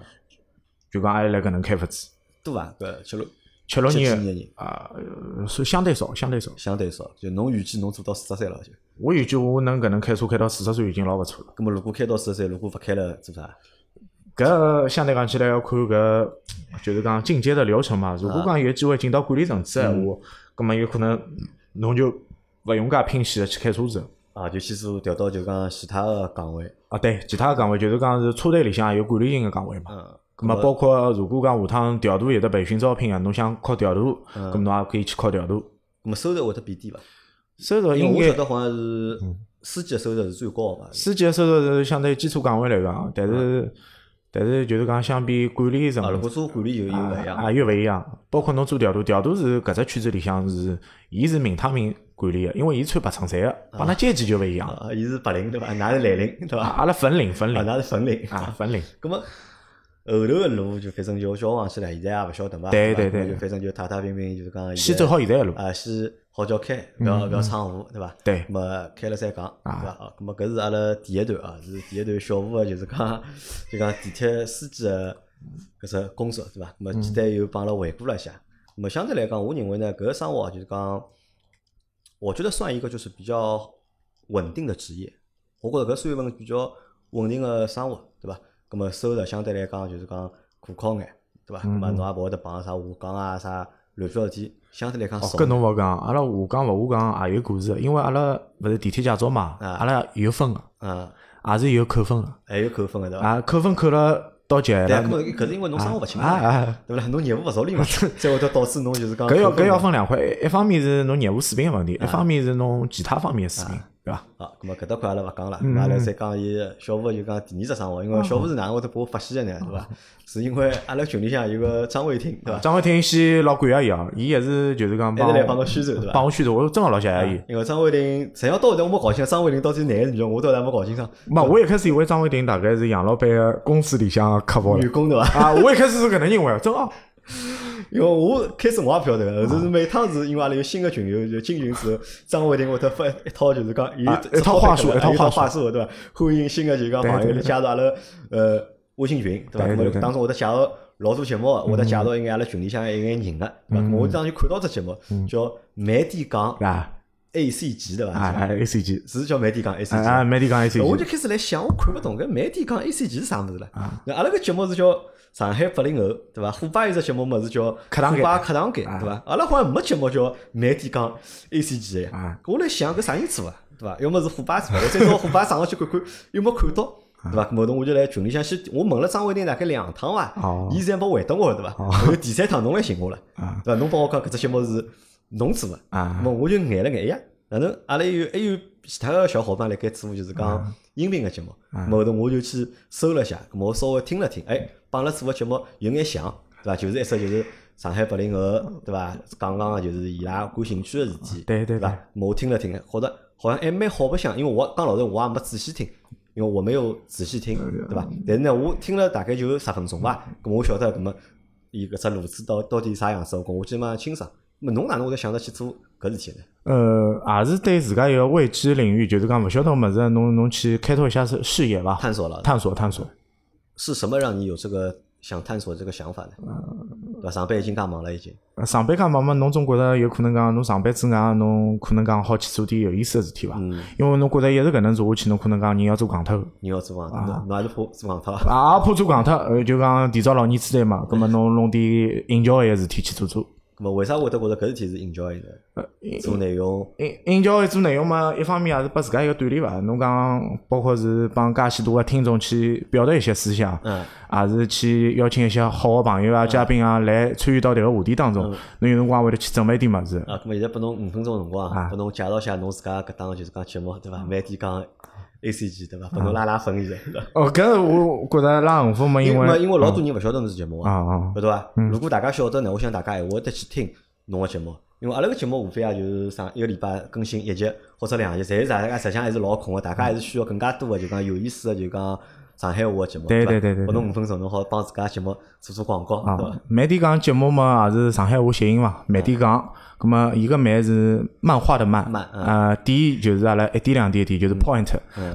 就讲还来搿能开发子。多啊，搿七六七六七几年年的人，啊，呃算相对少，相对少。相对少。就侬预计侬做到四十岁了就？我预计我能搿能开车开到四十岁已经老勿错了。葛末如果开到四十岁，如果勿开了做啥？搿相对讲起来要看搿，就是讲进阶的流程嘛。如果讲有机会进到管理层次的闲话，葛么有可能侬就勿用介拼死的去开车子。啊，就去做调到就讲其他个岗位，啊，对，其他的岗位就是讲是车队里向有管理型的岗位嘛。嗯，咁么包括如果讲下趟调度有得培训招聘啊，侬想考调度，嗯咁侬也可以去考调度。葛末收入会得变低伐？收入因应为我晓该嗯得好像是司机的收入是最高的嘛，司机的收入是相对于基础岗位来讲，但是但是就是讲相比管理层嗯啊，如果做管理又又勿一样，啊又勿一样。包括侬做调度，调度是搿只圈子里向是，伊是明他明管理的，因为伊穿白衬衫的，帮㑚阶级就勿一样。啊啊，伊是白领对伐？㑚是蓝领对伐？啊，阿拉粉领粉领㑚是粉领啊粉领，咁么后头个路就反正就交往起来，现在也勿晓得嘛。对对吧啊对对就反正就踏踏平平，就是讲先走好现在的路。啊，嗯先好叫开，勿嗯要勿要闯祸，对伐？对咁么开了再讲，对伐？啊，咁么搿是阿拉第一段啊，是第一段小吴个，就是讲就讲地铁司机个搿只工作，对伐？咁么嗯简单又帮阿拉回顾了一下。咁么相对来讲，我认为呢，搿个生活啊就是讲，我觉得算一个就是比较稳定的职业。我觉着搿算一份比较稳定个生活，对伐？咁么收入相对来讲就是讲可靠眼，对伐？咁嗯么侬也勿会得碰啥下岗啊啥乱七八糟事体，相对来讲哦，少搿。侬勿讲，阿拉下岗勿下岗也有故事的，因为阿拉勿是地铁驾照嘛，啊阿拉有分个，啊，也是有扣分个，还有扣分个对伐？啊，扣分扣了到极限对啊，了搿，么搿是因为侬生活勿清啊爽，啊，对勿啦？侬 业务勿熟 练嘛，才会得导致侬就是讲搿要扣分搿要嘛分两块，一一方面是侬业务水平个问题，啊一方面是侬其他方面个水平，对伐？好，啊咁么搿搭块阿拉勿讲了，嗯咁阿拉再讲伊小吴就讲第二只生活，因为小吴是哪能会得拨我发现的呢？对伐？嗯 是因为阿拉群里向有个张伟霆，对伐？张伟霆先老感谢伊哦，伊也是就是讲帮一直来帮我侬宣啊传，对伐？帮我宣传，我真个老谢谢伊。因为张伟霆，实际上到现在我没搞清楚张伟霆到底是男还是女的，我到现在没搞清楚。没，我一开始以为张伟霆大概是杨老板个公司里向个客户女了工对伐？啊，我一开始是搿能认为，真哦 个。因为我开始我也勿晓得，后头是每趟是因为阿拉有新个群友就进群之后，张伟霆会得发一套就是讲伊啊一套话术一一套话术话术对伐？欢迎新个就是讲朋友对来对对加入阿拉呃微信群对伐？对对咾么对嗯当中会得介绍老多节目，会得介绍一眼阿拉群里向一眼人个对伐？咾么我当时看到只节目嗯叫麦迪讲啊 A C G 对啊伐？啊，A C G 是叫麦迪讲 A C 啊 E G 啊，麦迪讲 A C 我 G 就开始来想，我看勿懂搿媒体讲 A C G 是啥物事了啊。那阿拉搿节目是叫上海八零后，对伐？虎爸有只节目么是叫客堂虎间爸客堂间，啊对伐？阿拉好像没节目叫媒体讲 A C G 呀。啊。搿我来想搿啥人做啊，对伐？要么是虎爸做啊，我再到虎爸上头去看看，有没有看到。啊对伐？搿头我就来群里向先，我问了张伟霆大概两趟伐哦，伊才没回答我，对伐？后头第三趟侬来寻我了，啊对伐？侬帮我讲搿只节目是侬做个，啊么我就眼了眼，哎呀，哪能阿拉有还有其他个小伙伴辣盖做，就是啊讲音频个节目，咾后头我就去搜了一下，咾么我稍微听了听，哎，帮阿拉做个节目有眼像，对伐？就是一说就是上海八零后，对伐？讲讲个就是伊拉感兴趣个事体，对对对伐？咾么我听了听，觉着好像还哎蛮好白相，因为我讲老实，我也没仔细听。因为我没有仔细听，对伐？但是呢，我听了大概就十分钟吧，咁我晓得咁么伊搿只路子到到底啥样子，我讲我基本上清爽。咁么侬哪能会得想着去做搿事体呢？呃，也是对自家一个未知领域，就是讲勿晓得物事，侬侬去开拓一下视视野吧，探索了探索探索。是什么让你有这个想探索这个想法呢？对伐？上班已经介忙了，已经呃上班讲嘛嘛，侬总觉着有可能讲，侬上班之外，侬可能讲好去做点有意思的事体伐？因为侬觉着一直搿能做下去，侬可能讲人要做戆脱的。嗯你要做网脱，侬侬还是怕做网脱啊？啊，也怕做戆脱，呃，就讲提早老年痴呆嘛，葛末侬弄点引教一个事体去做做。咁么为啥会得觉着搿事体是 enjoy 呢？做内容，因因教会做内容嘛，一方面也是拨自家一个锻炼伐。侬讲，包括是帮介许多个听众去表达一些思想，嗯，也是去邀请一些好个朋友啊、嘉宾啊来参与到迭个话题当中。侬有辰光会得去准备点物事，啊，咁么现在拨侬五分钟辰光啊，拨侬介绍一下侬自家搿档就是讲节目对伐？嗯慢点讲 A C G 对伐？拨侬拉拉粉现在。哦，搿我觉着拉横幅嘛，嗯因因为因为老多人勿晓得侬是节目啊啊，啊，晓得伐？如果大家晓得呢，我想大家还会得去听侬个节目，因为阿拉个节目无非也就是上一个礼拜更新一集或者两集，侪是大家实际上还是老空个，大家还是需要更加多个就讲有意思个就讲上海话个节目，对伐对对对拨侬五分钟，侬好帮自家节目做做广告，啊对嗯伐？，慢点讲节目嘛，也是上海话谐音嘛，慢点讲。咁么，伊个慢是漫画的漫，漫嗯呃，点就是阿拉一点两点点，就是 point。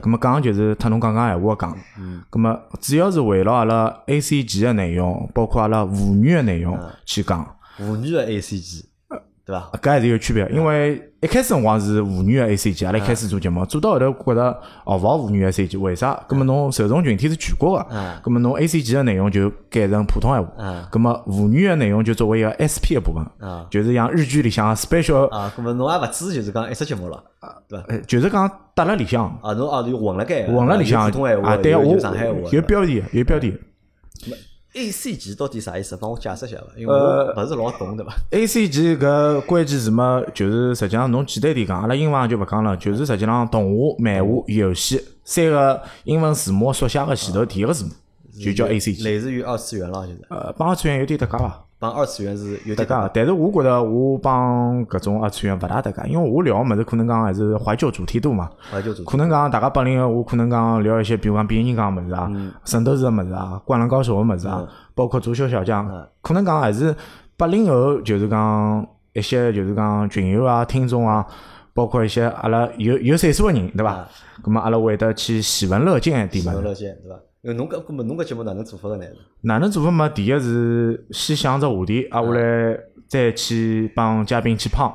咁么讲就是特侬刚刚闲话讲。嗯咁么主要是围绕阿拉 A C G 的内容，包括阿拉妇女的内容嗯去讲，妇女个 A C G，对呃伐？搿还是有嗯区别。因为一开始辰光是妇女的 A C G，阿拉一开始做节目，做到后头觉着哦，勿好妇女的 A C G，为啥？咁么侬受众群体是全国的，嗯咁么侬 A C G 的内容就改成普通闲话。嗯咁么妇女的内容就作为一个 SP 的部分，啊就是像日剧里向的 special，啊，咁么侬也勿止就是讲一只节目了，对伐？呃就是讲搭了里向，啊，侬啊就混了该，混了里向有普通闲话，啊，对有我有上海话，哎有标题，有标题。 A C G 到底啥意思？帮我解释一下伐？因为我呃勿是老懂， 对伐？ A C G 搿关键词嘛，就是实际上侬简单点讲，阿拉英文也就勿讲了，就是实际上动画、漫画、游戏三个英文字母缩写个前头第一个字母嗯就叫 A C G。类似于二次元了，现在呃，帮二次元有点搭界伐？帮二次元是有搭点界，啊但是我觉着我帮搿种二次元勿大搭界，因为我聊个物事可能讲还是怀旧主题多嘛。怀旧主题可能讲大家八零后，我可能讲聊一些，比如讲变形金刚的物事啊，嗯圣斗士的物事啊，灌篮高手的物事啊，包括足球小将，嗯可能讲还是八零后，就是讲一些就是讲群友啊、听众啊，包括一些阿拉有有岁数的人，对啊伐？咁么阿拉会得去喜闻乐见一嗯点喜嘛闻。乐见，对伐？因为侬搿根本侬搿节目哪能做法个呢？哪能做法嘛？第一是先想只话题，嗯啊，下来再去帮嘉宾去碰，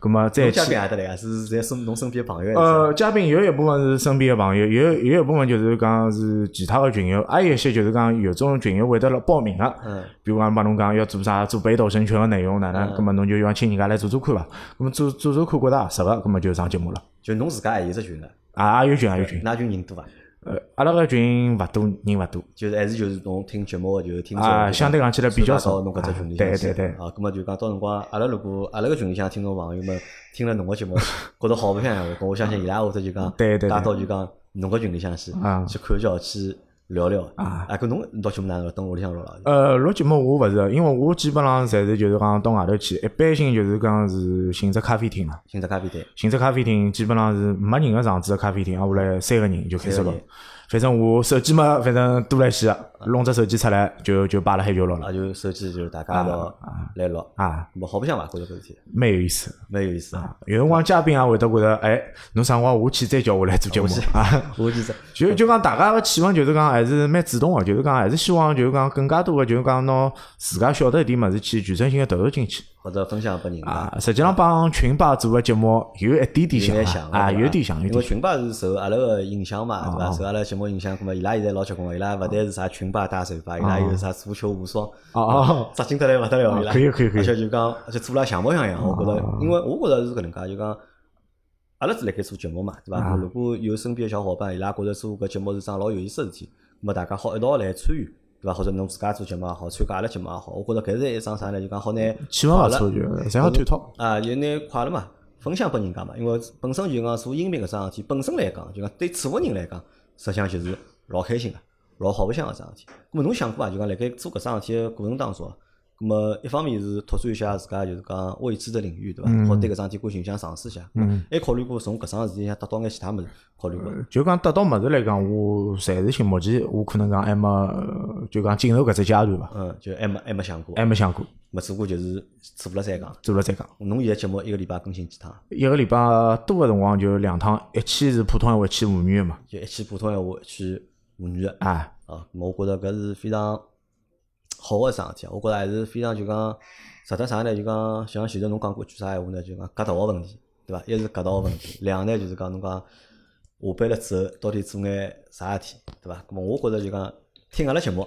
咁么再侬去嗯嘉。宾也得来啊，是在身侬身边朋友还是？呃，嘉宾有一部分是身边的朋友，有有一部分就是讲是其他的群友，还有一些就是讲有种群友会得来报名的。嗯，比如讲，帮侬讲要做啥，做北斗神拳的内容哪能，咁么侬就邀请人家来做做看伐。咁么做做做看，觉得合适个，咁么就上节目了。就侬自家也有只群个，啊，也有群，也有群。那群人多伐？啊呃，阿拉个群勿多，人勿多就是还是就是侬听节目就是听众啊，相对讲起来比较参加少哎到。侬搿只群里向对去对对，啊，咁么就讲到辰光，阿拉如果阿拉个群里向听众朋友们听了侬个节 目，觉着好白相闲话，咁我相信伊拉会得就讲，对对对带到就讲侬个群里向去啊，去看叫去聊聊啊，搿侬到节目哪能了？蹲屋里向录了，呃，录节目我勿是，因为我基本上侪是就是讲到外头去，一般性就是讲是寻只咖啡厅了。寻只咖啡店，寻只咖啡厅基本上是没人个场子个咖啡厅，啊，下来三个人就开始录三个人。反正我手机嘛，反正多来些，弄只手机出来就就摆辣海就录了啊，就手机就是大家一道来录，啊，咁么好白相伐？觉着搿事体蛮有意思。蛮有意思啊，有辰光嘉宾也会得觉得，哎，侬啥辰光我去再叫我来做节目啊？我记着，就就讲大家个气氛，就是讲还是蛮主动个，就是讲还是希望就是讲更加多个，就是讲拿自家晓得一点物事去全身心个投入进去或者分享拨人家。啊。实际上帮群吧做个节目有一点有点点像像啊，啊对吧有点像，有哦因点为像群霸是受阿拉个影响嘛，对伐？受阿拉节目影响，咁么啊伊拉现在老结棍个，伊拉勿但是啥群霸打手吧，伊拉有啥足球无双，哦哦，扎劲得来勿得了，伊拉。可以可以啊可而以且就讲，而且做了像模像样，我觉得，因为我觉得是搿能介，就讲。阿拉是辣盖做节目嘛，对啊伐？如果有身边个小伙伴，伊拉觉着做搿节目是桩老有意思个事体，咁么大家好一道来参与，对伐？或者侬自家做节目也好，参加阿拉节目也好，我觉着搿是一桩啥呢？就讲好拿气氛勿错，就侪好探讨。啊，就拿快了嘛，分享拨人家嘛。因为本身就讲做音频搿桩事体，本身来讲，就讲对主个人来讲，实际上就是老开心个，老好白相个桩事体。咁么侬想过伐？就讲辣盖做搿桩事体个过程当中啊，咁么一方面是拓展一下自家就是讲未知的领域，对伐？好对搿桩事体感兴趣，想尝试一下。嗯。还考虑过从搿桩事体里向得到眼其他物事，考虑过。就讲得到物事来讲，我暂时性目前我可能讲还没，呃就讲进入搿只阶段伐，嗯，就还没还没想过，还没想过，没只不过就是做了再讲。做了再讲。侬现在节目一个礼拜更新几趟？一个礼拜多个辰光就两趟，一期是普通闲话，一期妇女个嘛，就一期普通闲话，一期妇女个。啊，啊，我觉着搿是非常好个桩事体啊，我觉着还是非常就讲值得啥呢？就讲像前头侬讲过一句啥闲话呢？就讲夹道个问题，对伐？一是夹道个问题，两呢就是讲侬讲下班了之后到底做眼啥事体，对伐？咁么我觉着就讲听阿拉节目，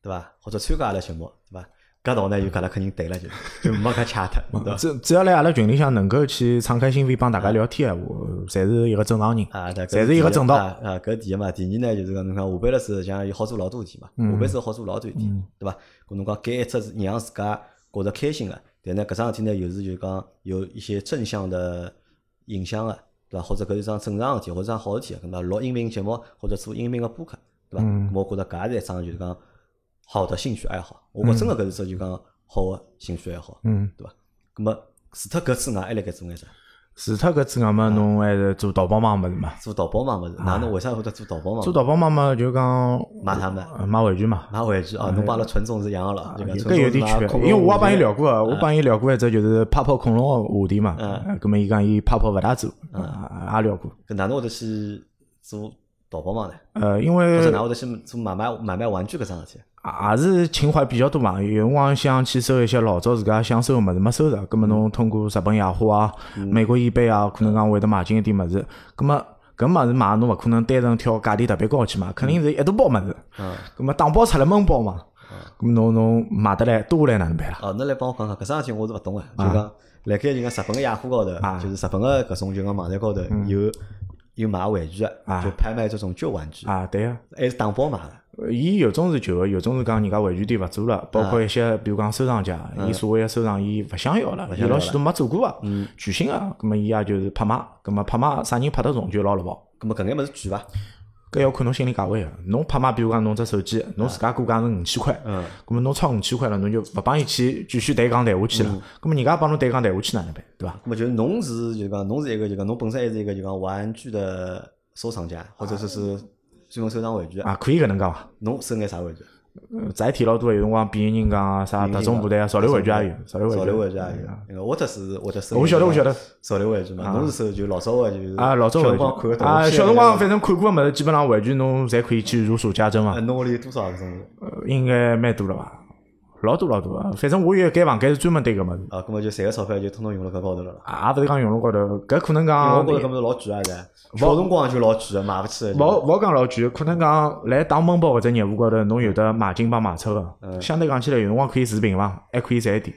对伐？或者参加阿拉节目，对伐？搿道呢就搿拉肯定对了，就就没搿掐脱，对伐？只只要来阿拉群里向能够去敞开心扉帮大家聊天闲话，侪是一个正常人，啊，对，侪是一个正道啊，啊搿第一嘛，第二呢就是讲侬看下班了之后，像有好做老多事体嘛，嗯下班之后好做老多事体，对伐？搿侬讲拣一只是让自家觉着开心个，但呢搿桩事体呢又是就讲有一些正向的影响个，对伐？或者搿是桩正常的事体，或者桩好事体，搿么录音频节目或者做音频个播客，对伐？嗯咾我觉着搿也是一桩就是讲好的兴趣爱好，我觉着真个搿是只就讲好个兴趣爱好，嗯。对伐？搿么除脱搿之外，还辣盖做眼啥？除脱搿之外嘛，侬还是做淘宝网物事嘛？做淘宝嘛，勿是？哪能为啥会得做淘宝嘛？啊做淘宝网嘛，就讲买啥么？呃买玩具嘛。拿回去哎啊，侬帮阿拉纯种是一样了，就讲搿啊有点区别，因为我也帮伊聊过，啊啊我帮伊聊过一只就是泡泡恐龙个话题嘛。嗯呃葛末伊讲伊泡泡勿大做，呃也聊过。搿哪能会得去做淘宝网呢？呃，因或为者哪会得去做买卖买卖玩具搿桩事体？也是情怀比较多嘛，有辰光想去收一些老早自家想收个物事没收着，葛末嗯侬通过日本雅虎啊、美国易贝啊，可能讲会得买进一点物事，葛末搿物事买侬勿可能单纯挑价钿特别高去买，肯定是一大包物事，嗯，葛末打包出来闷包嘛，葛末侬侬买得来多下来哪能办啊啦？哦，侬来帮我讲讲搿桩事体，我是勿懂个，啊啊就讲辣盖就讲日本个雅虎高头，就是日本个搿种就讲网站高头嗯有有买玩具的，就拍卖这种旧玩具，啊啊，对呀、还是打包买的。呃伊有种是旧个，有种是讲人家玩具店勿做了，包括一些比如讲收藏家，伊所谓个收藏伊啊勿想要了，嗯伊老许多没做过啊个，全新个，葛末伊也就是拍卖，葛末拍卖啥人拍得中就捞了跑。葛末搿眼物事贵伐？搿要看侬心理价位个。啊侬拍卖，比如讲侬只手机，侬自家估价是五千块，嗯咁么侬超五千块了，侬就勿帮伊去继续抬杠抬下去了。咁么人家帮侬抬杠抬下去哪能办，对伐？葛末就是侬是就讲侬是一个就讲侬本身还是一个就讲玩具的收藏家，或者说是专门收藏玩具的，啊，可以搿能讲伐？侬收眼啥玩具？呃咱也提老多的，有辰光比人讲啥特种部队啊、潮流玩具也有，潮流潮玩流具玩具也啊有，那个我特是我特收。哎我晓得我晓得潮流玩具嘛，侬是收就老早个就是啊，老早小辰玩光看个具动画啊，片小辰光反正看过个物事，基本上玩具侬侪可以去如数家珍呃嘛，侬屋里有多少搿种？呃应该蛮多了伐？老多老多啊！反正我有一间房间是专门对搿物事，啊，葛末就赚个钞票就统统用辣搿高头了啦。啊也勿是讲用了高头，搿可能因为我觉着讲搿物事老贵啊，是。小辰光就老贵个，买勿起个。勿勿讲老贵，可能讲来打闷包搿只业务高头，侬有得买进帮卖出呃个，相对讲起来有辰光可以持平伐，还可以赚一点，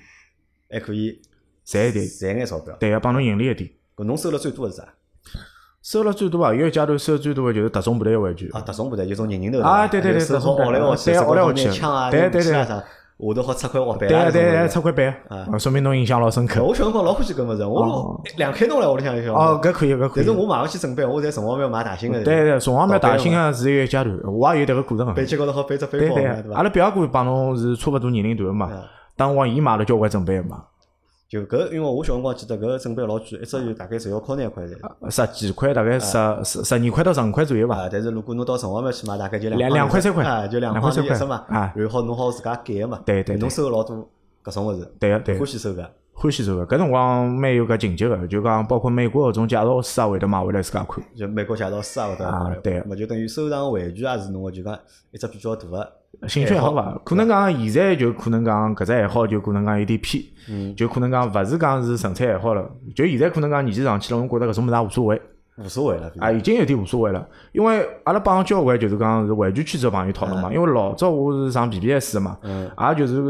还可以赚一点，赚眼钞票。对啊个，帮侬盈利一点。搿侬收了最多个是啥？收了最多啊，有一阶段收最多个就是特种部队个玩具，啊，特种部队就种人人头啊对对对手特种部队好来好去，对手凹来凹高头拿去枪啊，对拿武对器啊对啥，下头好拆块画板对啊。对对，这出种块板，啊说明侬印象老深物事。刻。我小辰光老欢喜搿物事，我两开弄来屋里向就晓得。哦哦，搿可以，搿可但是以。我买勿起正版，我在城隍庙买大型个。对对，城隍庙大兴啊，啊是有一阶段，我也有迭个过程背个。脊高头好背只背对包啊对嘛，，对伐？阿拉表哥帮侬是差勿多年龄段个嘛，嗯当光伊买了交关准备嘛，就搿，因为我小辰光记得搿准备老贵，一只就大概只要靠廿块钿十几块，大概十嗯十十二块到十五块左右伐。啊。但是如果侬到城隍庙去买，大概就两两两块三块啊，就两块块钿三块一只嘛。啊然后侬好自家改个嘛。对对对侬收老多搿种物事，对啊个对个欢。喜收搿。欢喜做个，搿辰光蛮有搿情节个，就讲包括美国搿种介绍书也会得买回来自家看。就美国介绍书啊，或者啊对么就等于收藏玩具啊，是侬个就讲一只比较大个。兴趣爱好哎伐？可能讲现在就可能讲搿只爱好就可能讲有点偏，嗯就可能讲勿是讲是纯粹爱好了。就现在可能讲年纪上去了，我觉着搿种物事也无所谓，无所谓了，啊，已经有点无所谓了。因为阿拉帮交关就是讲是玩具圈子的朋友讨嗯论嘛，因为老早我是上 BBS 的嘛，也就是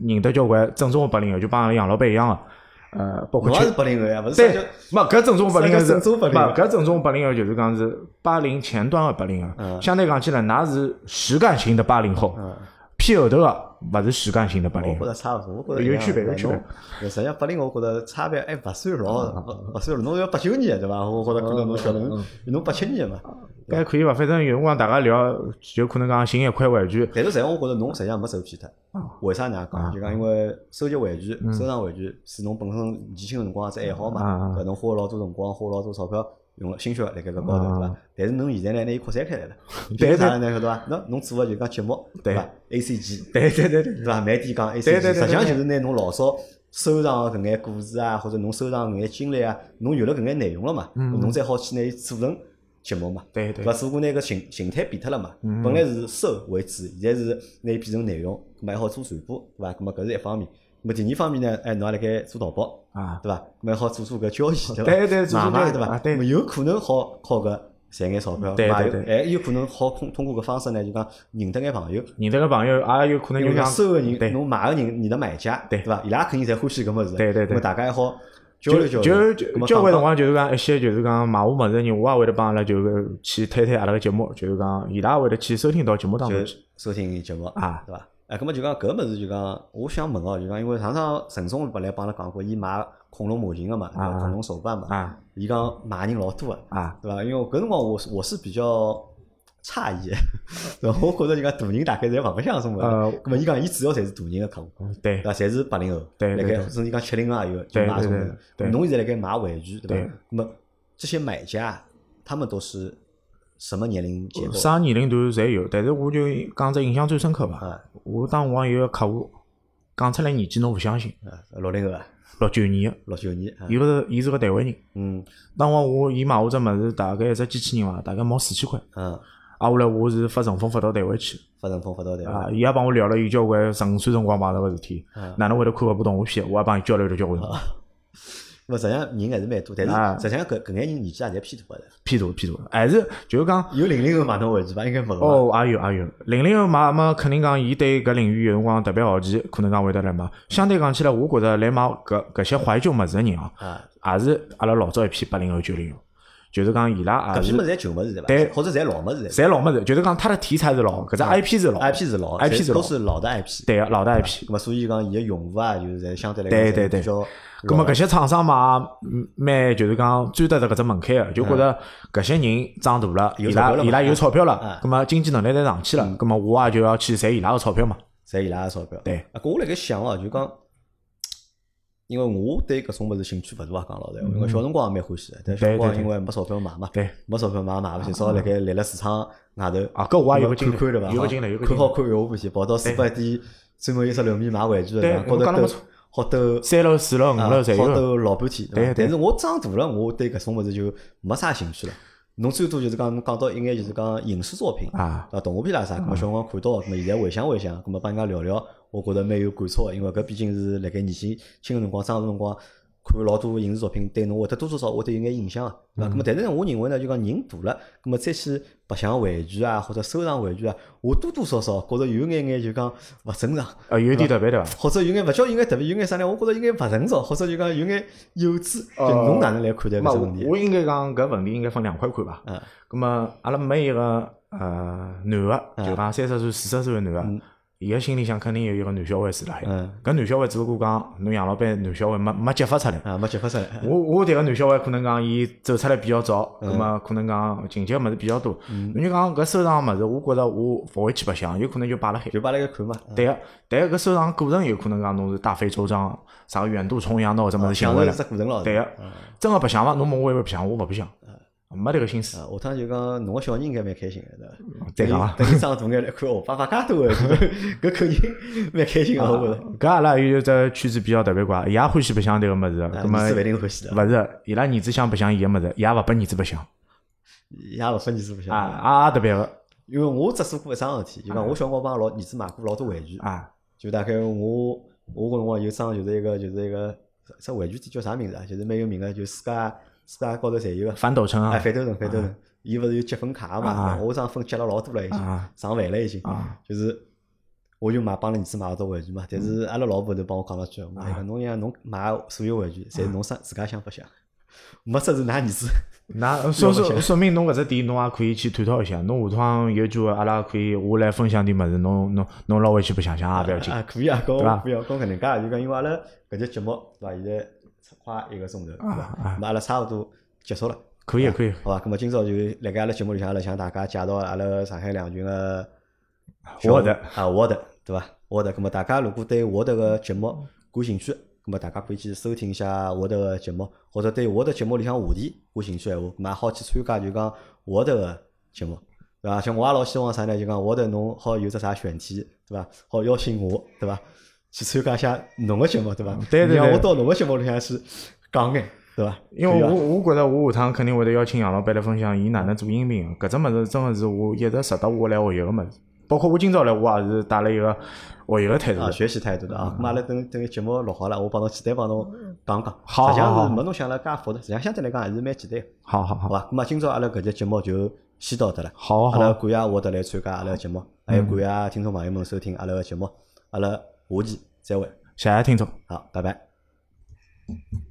认得交关正宗的白领个，就帮杨老板一样个，呃，包括侬也圈是八零后呀，啊勿是对说就，没搿正宗八零后是，三个正宗八零后没搿正宗八零后就是讲是八零前端的八零嗯后，相对讲起来，㑚是实干型的八零后，啊偏后头个勿是实干型的八我零觉后。着差勿多，我觉着有一样区别的有区别。啊侬实际上八零，我觉着差别还哎勿算老，勿勿算老。侬要八九年对伐？我觉着可能侬晓得，嗯侬八七年嘛。该可以伐？反正有辰光大家聊，就可能讲寻一块玩具，但是实际上，我觉着侬实际上没受骗脱。啊为啥能介讲？就讲因为收集玩具、收藏玩具是侬本身年轻个辰光只爱好嗯嗯嘛，嗯搿侬花了老多辰光，花了老多钞票，用了心血辣盖搿高啊头，对伐？但是侬现在呢，拿伊扩散 开来了，就是啥呢？晓得伐？侬侬做个就讲节目，对伐？A C G， 对对对对，对伐？慢点讲 A 对 C G，对对实际上对就是拿侬老早收藏的搿眼故事啊，或者侬收藏的搿眼经历啊，侬有了搿眼内容了嘛，侬再好去拿伊做成节目嘛。对对嗯对嗯伐？只不过拿搿形形态变脱了嘛，本来是收为主，现在是拿伊变成内容，咁么还好做传播，对伐？咁么搿是一方面。咁么第二方面呢，哎，侬也辣盖做淘宝，啊，对伐？咁么还好做做搿交易，对伐？对对做做买卖交易伐？啊对咁么有可能好靠搿赚眼钞票，对嘛对有对还有可能好通通过搿方式呢，就讲认得眼朋友，你这个朋友也有可能因就为像讲收个人，对侬买个人，你的买家，对对伐？伊拉肯定侪欢喜搿物事，对对对那么大家还好交就流交就流，就交关辰光，光就是讲一些呃就是讲买我物事的人，我也会得帮阿拉就是呃去推推阿拉个节目，就是讲伊拉也会得去收听到节目当中就去收听节目，啊。对伐？哎，搿么就讲搿物事就讲，我想问哦，就讲因为上趟陈总本来帮阿拉讲过，伊买恐龙模型个嘛，对伐啊恐龙手办嘛，啊伊讲买人老多个，啊对伐？因为搿辰光我是我是比较诧异的， 对伐？我觉着就讲大人大概侪勿白相什么的。呃，咁么伊讲伊主要侪是大人个客户，对对伐？侪是八零后，对辣对盖对甚至讲七零后也有就对买对什么对的。对侬现在辣盖买玩具，对对伐？那么这些买家他们都是什么年龄结构？啥年龄段侪有，但是我就讲只印象最深刻伐。啊我当辰光有个客户讲出来年纪侬勿相信，啊，六零后啊，六九年个，六九年啊，伊勿是伊是个台湾人。嗯当光我伊买我只物事，大概一只机器人伐，大概毛四千块。嗯，啊，后来我是发顺丰发到台湾去，发顺丰发到台啊，湾，伊也帮我聊了有交关十五岁辰光碰到个事体啊，哪能会得看搿部动画片？我也帮伊交流了交 关辰光，那么实际上人还是蛮多，但啊是实际上搿搿眼人年纪也侪偏大的，偏大偏大，还是就是讲。有零零后买侬玩具伐？应该没吧？哦，也有也有，零零后嘛，嘛肯定讲，伊对搿领域有辰光特别好奇，可能讲会得来买。相对讲起来，我觉着来买搿搿些怀旧物事个人哦，啊，也是阿拉老早一批八零后、九零后，就是讲伊拉搿也批是物事侪旧物事对伐？对或者侪老物事侪老么子，就是讲它的题材是老，搿只 IP 是老，IP 是老 IP 是侪都老是老的 IP。对个老的 IP。咁么所以讲伊个用户啊，就是侪相对来对讲对侪对比较老的。葛啊末搿些厂商嘛，嗯蛮就是讲钻得着搿只门槛个，就觉着搿些人长大了，嗯有伊钞拉票了伊嘛嗯拉有钞票啊了，葛末经济能力侪上去了，葛末我也就要去赚伊拉个钞票嘛。侪伊拉个钞票。对啊，搿我辣盖想哦，就讲，因为我对搿种物事兴趣勿大啊，讲老实闲话，因为小辰光也蛮欢喜的，但小辰光嗯对对对因为没钞票买嘛，对，没钞票买也买勿起，只好辣盖立了市场外头啊搿我也有个看经历看对伐？有个经历有个看经历好看又欢喜，跑到四百店专门有只楼面买玩具的对地方，高我讲得头兜没错好兜。三楼、四楼、五啊楼侪好有。兜老半天，对伐对但是我长大了，我对搿种物事就没啥兴趣了。侬最多就是讲侬讲到一眼就是讲影视作品啊，啊，动画片啦啥，咁么小辰光看到，咁么现在回想回想，咁么帮人家聊聊，我觉得蛮有感触的，因为搿毕竟是辣盖年纪轻个辰光、长个辰光看老多影视作品，对侬会得多多少少会得有眼影响个，对伐？咁么但是呢，我认为呢，就讲人大了，咁么再去白相玩具啊，或者收藏玩具啊，我多多少少觉着有眼眼就讲勿正常。呃，有点特别对伐？或者有眼勿叫有眼特别，有眼啥呢？我觉着有眼勿成熟，或者就讲有眼幼稚。就呃侬哪能来看待嘛搿只问题？啊我应该讲搿问题应该分两块看吧。嗯咁么阿拉每一个呃男个，嗯就讲三十岁、四十岁个男个，伊个心里向肯定有一个男小孩住辣海。嗯搿男小孩只不过讲侬杨老板男小孩没没激发出来。啊，没结发出来。我我迭个男小孩可能讲伊走出来比较早，嗯咁么可能讲情节物事比较多。侬就讲搿收藏物事，我觉着我勿会去白相，有可能就摆辣海。就摆辣盖看嘛，嗯对个，但搿收藏过程有可能讲侬是大费周章，啥个远渡重洋拿搿只物事寻享回受来。只过程咯。对个。个嗯，真个白相伐？侬问我会勿白相，我勿白相，没迭个心思。啊，下趟就讲侬个小人应该蛮开心个，对伐？对个啊等伊长大眼来看，我爸爸介多个，搿肯定蛮开心个，我觉着。啊搿阿拉有一只圈子比较特别怪，伊也欢喜白相迭个物事，葛末啊，你是勿一定欢喜的，勿是伊拉儿子想白相伊个物事，伊也勿拨儿子白相也勿分你是不相。啊，也特别个因为我接触过一桩事体，就讲我小辰光帮老儿子买过老多玩具，啊就大概我我搿辰光有张就是一个就是一个只玩具店叫啥名字啊？就是蛮有名个，就世界世界高头侪有个。反斗城哎，啊反斗城，反斗城，伊勿是有积分卡个嘛？啊我张分积了老多了已经，啊上万了已经。啊就是我就买帮了儿子买搿只玩具嘛，但嗯是阿拉老婆就帮我讲了句，我啊讲侬让侬买的所有玩具，侪是侬自自家想白相，没只是㑚儿子。那说要说说明侬搿只点，侬也可以去探讨一下。侬下趟有机会，阿拉可以我来分享点物事，侬侬侬捞回去白相相也勿要 紧。啊，可以啊，跟我对吧不要跟我搿能介，啊就讲因为阿拉搿节节目对伐？现在快一个钟头对伐？啊那阿拉差勿多结束了。可呃以可啊以，好吧，咁么啊今朝就辣盖阿拉节目里向，阿拉向大家介绍阿拉上海两群个活的啊，活的对伐？活的，咁啊么大家如果对活的个节目感兴趣，咁啊么大家可以去收听一下活的个节目，或者对活的节目里向话题感兴趣闲话，咁啊么也好去参加就讲活的个节目，对伐？像我也老希望啥呢？就讲活的侬好有只啥选题，对伐？好邀请我，对伐？去参加一下侬个节目，对伐？对对让对我到侬个节目里向去讲眼，对伐？因为可以伐我我觉着我下趟肯定会得邀请杨老板来分享伊哪能做音频。搿只物事真个是我一直值得我来学习个物事。包括我今朝来，我也是带了一个学习个态度啊，的。学习态度的嗯啊。咁阿拉等等节目录好了，我帮侬简单帮侬讲讲。好实际嗯上好好是没侬想了介复杂，实际上相对来讲还是蛮简单，好好好好，吧？咁啊，今朝阿拉搿节节目就先到这了。好嗯阿拉好，感谢我得来参加阿拉个节目，还有感谢听众朋友们收听阿拉个节目。阿拉下期再会，谢谢听众。好，拜拜。